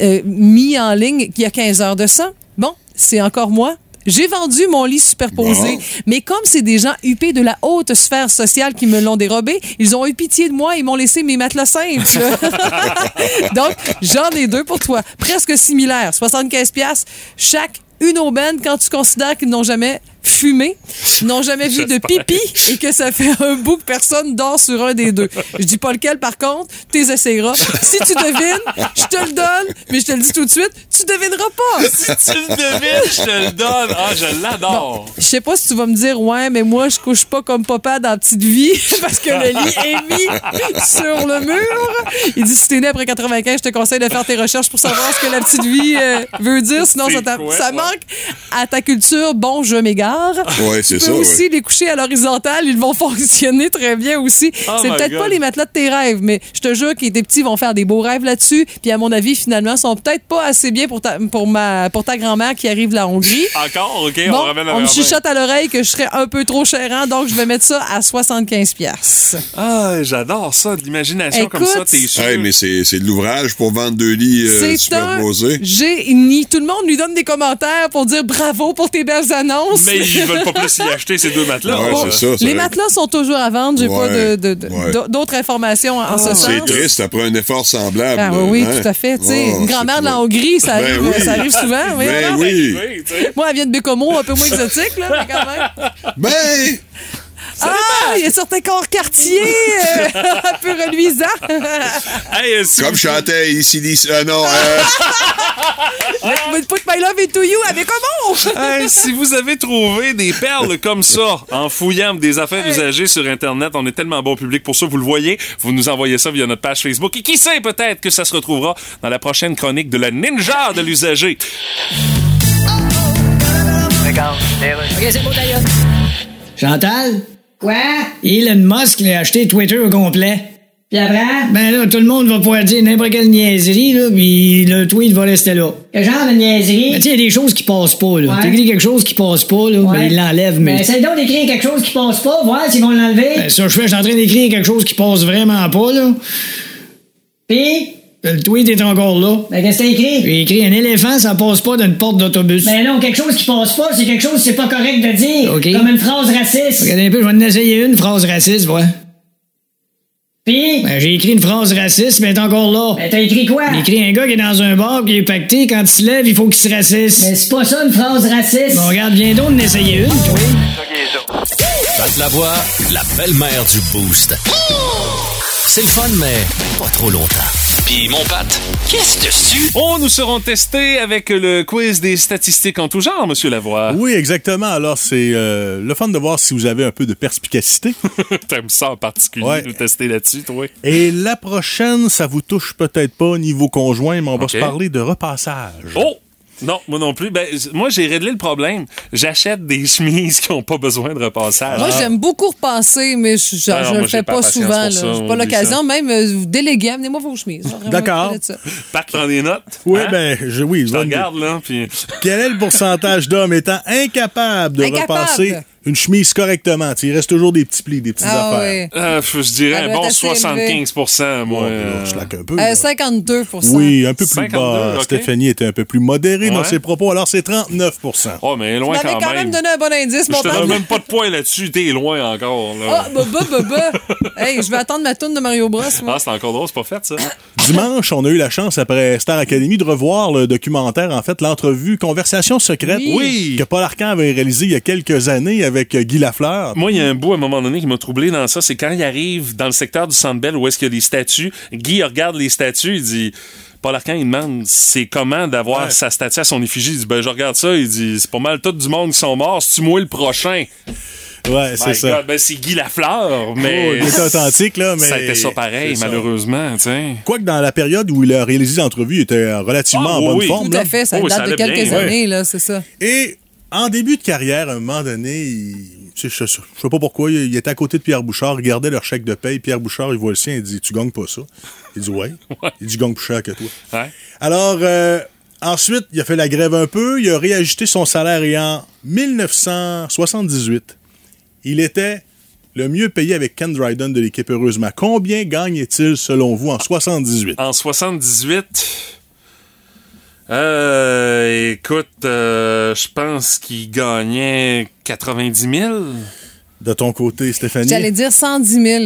Speaker 2: euh, mis en ligne il y a 15 heures de ça. Bon, c'est encore moi. J'ai vendu mon lit superposé,
Speaker 12: Bon.
Speaker 2: mais comme c'est des gens huppés de la haute sphère sociale qui me l'ont dérobé, ils ont eu pitié de moi et m'ont laissé mes matelas simples. Donc, j'en ai deux pour toi. Presque similaires. 75 pièces chaque, une aubaine quand tu considères qu'ils n'ont jamais fumé, n'ont jamais vu de
Speaker 12: J'espère.
Speaker 2: pipi et que ça fait un bout que personne dort sur un des deux. Je dis pas lequel, par contre, t'es essayeras. Si tu devines, je te le donne, mais je te le dis tout de suite, tu devineras pas. Si
Speaker 12: tu le devines, je te le donne. Ah, je l'adore.
Speaker 2: je sais pas si tu vas me dire, ouais, mais moi, je couche pas comme papa dans Petite Vie parce que le lit est mis sur le mur. Il dit, si t'es né après 95, je te conseille de faire tes recherches pour savoir ce que la Petite Vie euh, veut dire, sinon
Speaker 12: C'est
Speaker 2: ça, t'a-
Speaker 12: quoi,
Speaker 2: ça
Speaker 12: ouais.
Speaker 2: manque à ta culture. Bon, je m'égare. Tu
Speaker 10: Ouais, c'est
Speaker 2: peux
Speaker 10: ça, ouais.
Speaker 2: aussi les coucher à l'horizontale, ils vont fonctionner très bien aussi.
Speaker 12: Oh
Speaker 2: c'est
Speaker 12: my
Speaker 2: peut-être pas
Speaker 12: God.
Speaker 2: les matelas de tes rêves, mais je te jure que tes petits vont faire des beaux rêves là-dessus. Puis à mon avis, finalement, sont peut-être pas assez bien pour ta, pour ma, pour ta grand-mère qui arrive de la Hongrie.
Speaker 1: Encore, OK,
Speaker 2: Bon,
Speaker 1: on ramène la
Speaker 2: on me
Speaker 1: grand-mère.
Speaker 2: chuchote à l'oreille que je serais un peu trop chérant, donc je vais mettre ça à 75 pièces.
Speaker 1: Ah, j'adore ça, de l'imagination comme ça,
Speaker 2: Écoute,
Speaker 1: t'es sûr.
Speaker 10: Hey, mais c'est c'est de l'ouvrage pour vendre deux lits euh,
Speaker 2: C'est un
Speaker 10: superposés.
Speaker 2: génie. Tout le monde lui donne des commentaires pour dire bravo pour tes belles annonces.
Speaker 1: Mais ils veulent pas plus y acheter ces deux matelas.
Speaker 10: Ouais,
Speaker 1: Bon,
Speaker 10: c'est ça, ça
Speaker 2: Les
Speaker 10: va.
Speaker 2: matelas sont toujours à vendre. J'ai
Speaker 10: Ouais,
Speaker 2: pas de- de- de-
Speaker 10: ouais. Ah,
Speaker 2: d'au- d'autres informations en ce sens.
Speaker 10: C'est triste après un effort semblable.
Speaker 2: Ah oui, oui,
Speaker 10: hein?
Speaker 2: tout à fait. Tu sais,
Speaker 10: Oh,
Speaker 2: une grand-mère de la Hongrie, ça
Speaker 10: Ben
Speaker 2: arrive,
Speaker 10: oui.
Speaker 2: ça arrive souvent. oui,
Speaker 10: Ben
Speaker 2: voilà.
Speaker 10: oui.
Speaker 2: Moi, elle vient de Bécomo, un peu moins exotique, là, mais quand même.
Speaker 10: Ben!
Speaker 2: Ah, il y a certains corps quartiers euh, un peu reluisants.
Speaker 1: euh,
Speaker 10: Comme chantait ici, d'ici- ah non, euh,
Speaker 1: Ah.
Speaker 2: But put my love into you avec comment?
Speaker 1: Hey, si vous avez trouvé des perles comme ça en fouillant des affaires usagées sur Internet, on est tellement bon public pour ça, vous le voyez, vous nous envoyez ça via notre page Facebook et qui sait peut-être que ça se retrouvera dans la prochaine chronique de la ninja de l'usager.
Speaker 5: Chantal?
Speaker 16: Quoi?
Speaker 5: Elon Musk l'a acheté Twitter au complet.
Speaker 16: Puis après,
Speaker 5: Ben là, tout le monde va pouvoir dire n'importe quelle niaiserie, là, puis le tweet va rester là.
Speaker 16: quel genre de niaiserie?
Speaker 5: Ben, tu sais, il y a des choses qui passent pas, là.
Speaker 16: Ouais.
Speaker 5: T'écris quelque chose qui passe pas, là, ben, il l'enlève, mais.
Speaker 16: Ben, essaye donc d'écrire quelque chose qui passe pas, voir s'ils vont l'enlever.
Speaker 5: Ben, ça, je fais, je suis en train d'écrire quelque chose qui passe vraiment pas, là.
Speaker 16: Puis?
Speaker 5: Ben, Le tweet est encore là.
Speaker 16: Ben, qu'est-ce que t'as écrit?
Speaker 5: J'ai écrit un éléphant, ça passe pas d'une porte d'autobus.
Speaker 16: Ben non, quelque chose qui passe pas, c'est quelque chose que c'est pas correct de dire.
Speaker 5: OK.
Speaker 16: Comme une phrase raciste.
Speaker 5: Regardez un peu, je vais en essayer une phrase raciste, ouais.
Speaker 16: Puis?
Speaker 5: Ben, j'ai écrit une phrase raciste, mais elle est encore là.
Speaker 16: Ben, t'as écrit quoi?
Speaker 5: J'ai écrit un gars qui est dans un bar, qui est pacté, quand il se lève, il faut qu'il se raciste.
Speaker 16: Mais c'est pas ça une phrase raciste.
Speaker 5: Bon, regarde, viens donc en essayer une, toi.
Speaker 6: Pat Lavoie, la belle-mère du Boost. C'est le fun, mais pas trop longtemps. Puis mon Pat, qu'est-ce que tu...
Speaker 1: Oh, nous serons testés avec le quiz des statistiques en tout genre, Monsieur Lavoie.
Speaker 13: Oui, exactement. Alors, c'est euh, le fun de voir si vous avez un peu de perspicacité.
Speaker 1: T'aimes ça en particulier,
Speaker 13: Ouais.
Speaker 1: nous tester là-dessus, toi.
Speaker 13: Et la prochaine, ça vous touche peut-être pas au niveau conjoint, mais on va
Speaker 1: Ok.
Speaker 13: se parler de repassage.
Speaker 1: Oh! Non, moi non plus. Ben, z- moi, j'ai réglé le problème. J'achète des chemises qui n'ont pas besoin de repassage.
Speaker 2: Moi, j'aime beaucoup repasser, mais je je-
Speaker 1: Ah non,
Speaker 2: je le
Speaker 1: moi, j'ai
Speaker 2: fais
Speaker 1: pas
Speaker 2: pas,
Speaker 1: la patience
Speaker 2: souvent. là.
Speaker 1: pour ça,
Speaker 2: J'ai
Speaker 1: on
Speaker 2: pas
Speaker 1: oublie ça.
Speaker 2: l'occasion. Même, euh, vous déléguez, amenez-moi vos chemises. Vraiment,
Speaker 13: D'accord.
Speaker 2: je fais de ça.
Speaker 1: Pat, prends des notes.
Speaker 13: Oui,
Speaker 1: Hein?
Speaker 13: ben, je, oui.
Speaker 1: Je te
Speaker 13: bonne-
Speaker 1: regarde, là, puis...
Speaker 13: Quel est le pourcentage d'hommes étant incapables de
Speaker 2: Incapable.
Speaker 13: repasser une chemise correctement? Tu sais, il reste toujours des petits plis, des petites
Speaker 2: Ah
Speaker 13: affaires.
Speaker 2: oui.
Speaker 1: Euh, f- je dirais
Speaker 2: Ça
Speaker 1: un
Speaker 2: doit
Speaker 1: bon
Speaker 2: être assez
Speaker 1: 75 moi.
Speaker 13: je laque un peu.
Speaker 2: Euh, 52
Speaker 13: Oui, un peu plus
Speaker 1: 52,
Speaker 13: bas.
Speaker 1: ok.
Speaker 13: Stéphanie était un peu plus modérée dans
Speaker 1: Ouais.
Speaker 13: ses propos, alors c'est 39
Speaker 1: Oh, mais
Speaker 2: Tu
Speaker 1: loin
Speaker 2: m'avais
Speaker 1: quand,
Speaker 2: quand même
Speaker 1: même.
Speaker 2: donné un bon indice,
Speaker 1: Je
Speaker 2: mon
Speaker 1: te
Speaker 2: père.
Speaker 1: donne même pas de points là-dessus. T'es loin encore.
Speaker 2: Ah,
Speaker 1: Là.
Speaker 2: bah, bah, bah, bah. Hey, je vais attendre ma tourne de Mario Bros. Moi.
Speaker 1: ah, c'est encore drôle, c'est pas fait, ça.
Speaker 13: Dimanche, on a eu la chance après Star Academy de revoir le documentaire, en fait, l'entrevue Conversation secrète
Speaker 1: Oui. Oui.
Speaker 13: que Paul Arcand avait réalisé il y a quelques années avec euh, Guy Lafleur.
Speaker 1: Moi, il y a un bout à un moment donné qui m'a troublé dans ça, c'est quand il arrive dans le secteur du Centre Bell où est-ce qu'il y a des statues, Guy regarde les statues, il dit Paul Arcand, il demande c'est comment d'avoir sa statue à son effigie. Il dit, ben, je regarde ça, il dit, c'est pas mal tout du monde qui sont morts, si tu moi le prochain.
Speaker 13: Ouais, c'est
Speaker 1: My
Speaker 13: ça.
Speaker 1: God, ben, c'est Guy Lafleur, mais.
Speaker 13: Oh, il était authentique, là, mais-
Speaker 1: Ça a été ça pareil,
Speaker 13: C'est ça.
Speaker 1: malheureusement, tu sais.
Speaker 13: Quoique dans la période où il a réalisé l'entrevue, il était relativement
Speaker 1: Ah,
Speaker 13: en
Speaker 1: Oh, oui,
Speaker 13: bonne
Speaker 1: oui.
Speaker 13: forme.
Speaker 2: Tout à
Speaker 13: là.
Speaker 2: fait, ça date de quelques années, là, c'est ça.
Speaker 13: Et en début de carrière, à un moment donné, il- tu sais, je, je sais pas pourquoi, il, il était à côté de Pierre Bouchard, il regardait leur chèque de paye. Pierre Bouchard, il voit le sien, il dit Tu gagnes pas ça Il dit Ouais. Il dit Je gagne plus cher que toi. Alors, euh, ensuite, il a fait la grève un peu, il a réajusté son salaire et en 1978, il était le mieux payé avec Ken Dryden de l'équipe Heureusement. Combien gagnait-il selon vous en 78
Speaker 1: En 78, euh, écoute, euh, je pense qu'il gagnait 90 000.
Speaker 13: De ton côté, Stéphanie
Speaker 2: J'allais dire 110 000.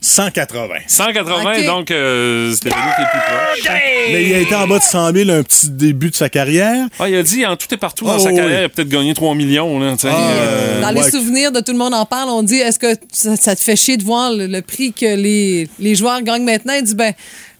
Speaker 13: 180.
Speaker 1: 180,
Speaker 2: Ok.
Speaker 1: donc euh, c'était venu qui est plus proche.
Speaker 13: Mais il a été en bas de 100 000 un petit début de sa carrière.
Speaker 1: Ah, il a dit en tout et partout dans
Speaker 13: Oh,
Speaker 1: sa
Speaker 13: oui. Ah,
Speaker 1: carrière, il a peut-être gagné 3 millions. Là, tu sais. Euh,
Speaker 2: Dans les
Speaker 1: ouais.
Speaker 2: souvenirs de tout le monde en parle, on dit est-ce que ça, ça te fait chier de voir le, le prix que les, les joueurs gagnent maintenant? Il dit ben,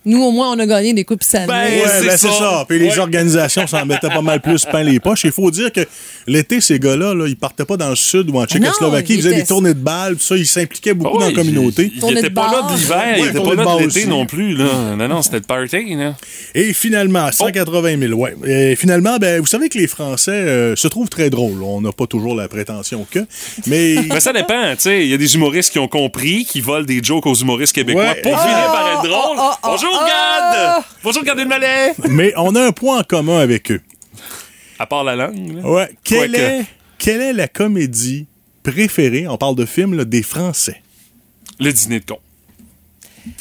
Speaker 2: nous, au moins, on a gagné des coupes ça
Speaker 13: Ouais, ben, c'est ça. Puis les organisations s'en mettaient pas mal plus pain les poches. Il faut dire que l'été, ces gars-là, là, ils partaient pas dans le sud ou en Tchécoslovaque.
Speaker 2: Ah ils
Speaker 13: Ils faisaient
Speaker 2: étaient-
Speaker 13: des tournées de balles, tout ça. Ils s'impliquaient beaucoup dans la communauté.
Speaker 1: bah Il n'était pas là de l'hiver, il
Speaker 13: Ouais,
Speaker 1: n'était pas
Speaker 13: tournées de
Speaker 1: là de
Speaker 13: bar
Speaker 1: l'été
Speaker 13: aussi.
Speaker 1: non plus. Là. Non, non, c'était le party. Là.
Speaker 13: Et finalement, 180 000, ouais. Et finalement, ben, vous savez que les Français euh, se trouvent très drôles. On n'a pas toujours la prétention que. Mais
Speaker 1: Mais ça dépend, tu sais. Il y a des humoristes qui ont compris, qui volent des jokes aux humoristes québécois
Speaker 13: Ouais.
Speaker 1: pour
Speaker 13: Ah,
Speaker 1: finir par être drôle.
Speaker 12: ah, ah,
Speaker 1: Bonjour,
Speaker 12: ah.
Speaker 1: Gad! Bonjour, Gad Elmaleh!
Speaker 13: Mais on a un point en commun avec eux.
Speaker 1: À part la langue. là.
Speaker 13: Ouais. Quelle
Speaker 1: Quoique.
Speaker 13: est, quelle est la comédie préférée, on parle de films, là, des Français?
Speaker 1: Le dîner de con.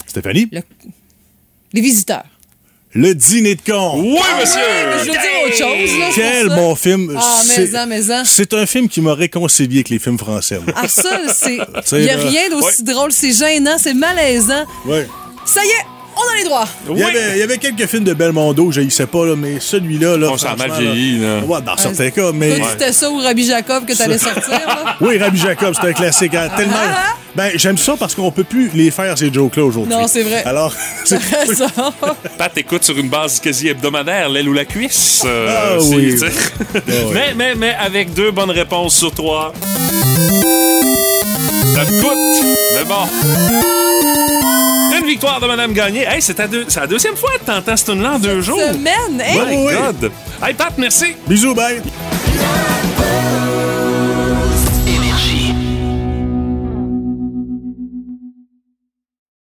Speaker 13: Stéphanie? Le,
Speaker 2: Les visiteurs.
Speaker 13: dîner de con.
Speaker 1: Oui,
Speaker 2: monsieur! Ouais, mais je veux dire autre chose, là, c'est
Speaker 13: Quel
Speaker 2: pour ça.
Speaker 13: bon film.
Speaker 2: Ah,
Speaker 13: C'est-
Speaker 2: mais-en, mais-en.
Speaker 13: C'est un film qui m'a réconcilié avec les films français. moi.
Speaker 2: Ah, ça, c'est.
Speaker 13: sais,
Speaker 2: Il n'y a
Speaker 13: là.
Speaker 2: rien d'aussi drôle, c'est gênant, c'est malaisant.
Speaker 13: Ouais.
Speaker 2: Ça y est, on a les droits.
Speaker 13: Il, y avait, il y avait quelques films de Belmondo, je ne sais pas, là, mais celui-là. Là,
Speaker 1: On s'en a mal
Speaker 13: franchement,
Speaker 1: vieilli, là.
Speaker 13: Ouais, dans certains cas, mais.
Speaker 2: Toi, c'était ça ou Rabbi Jacob que t'allais sortir, là?
Speaker 13: Oui, Rabbi Jacob, c'est un classique. hein, Tellement.
Speaker 2: Ah,
Speaker 13: Ben, j'aime ça parce qu'on peut plus les faire, ces jokes-là, aujourd'hui.
Speaker 2: Non, c'est vrai.
Speaker 13: Alors, c'est-
Speaker 1: Pat écoute sur une base quasi hebdomadaire, l'aile ou la cuisse. euh,
Speaker 13: Ah
Speaker 1: c'est-
Speaker 13: oui.
Speaker 1: c'est- mais, mais, mais avec deux bonnes réponses sur trois. Ça coûte, mais bon. Une victoire de Madame Gagné. Hey, c'est ta deux- c'est la deuxième fois que t'entends ce tune-là en deux jours. Oh
Speaker 2: semaine, hey!
Speaker 1: My
Speaker 2: Oui.
Speaker 1: God. Hey, Pat, merci.
Speaker 13: Bisous, bye.
Speaker 1: Véronique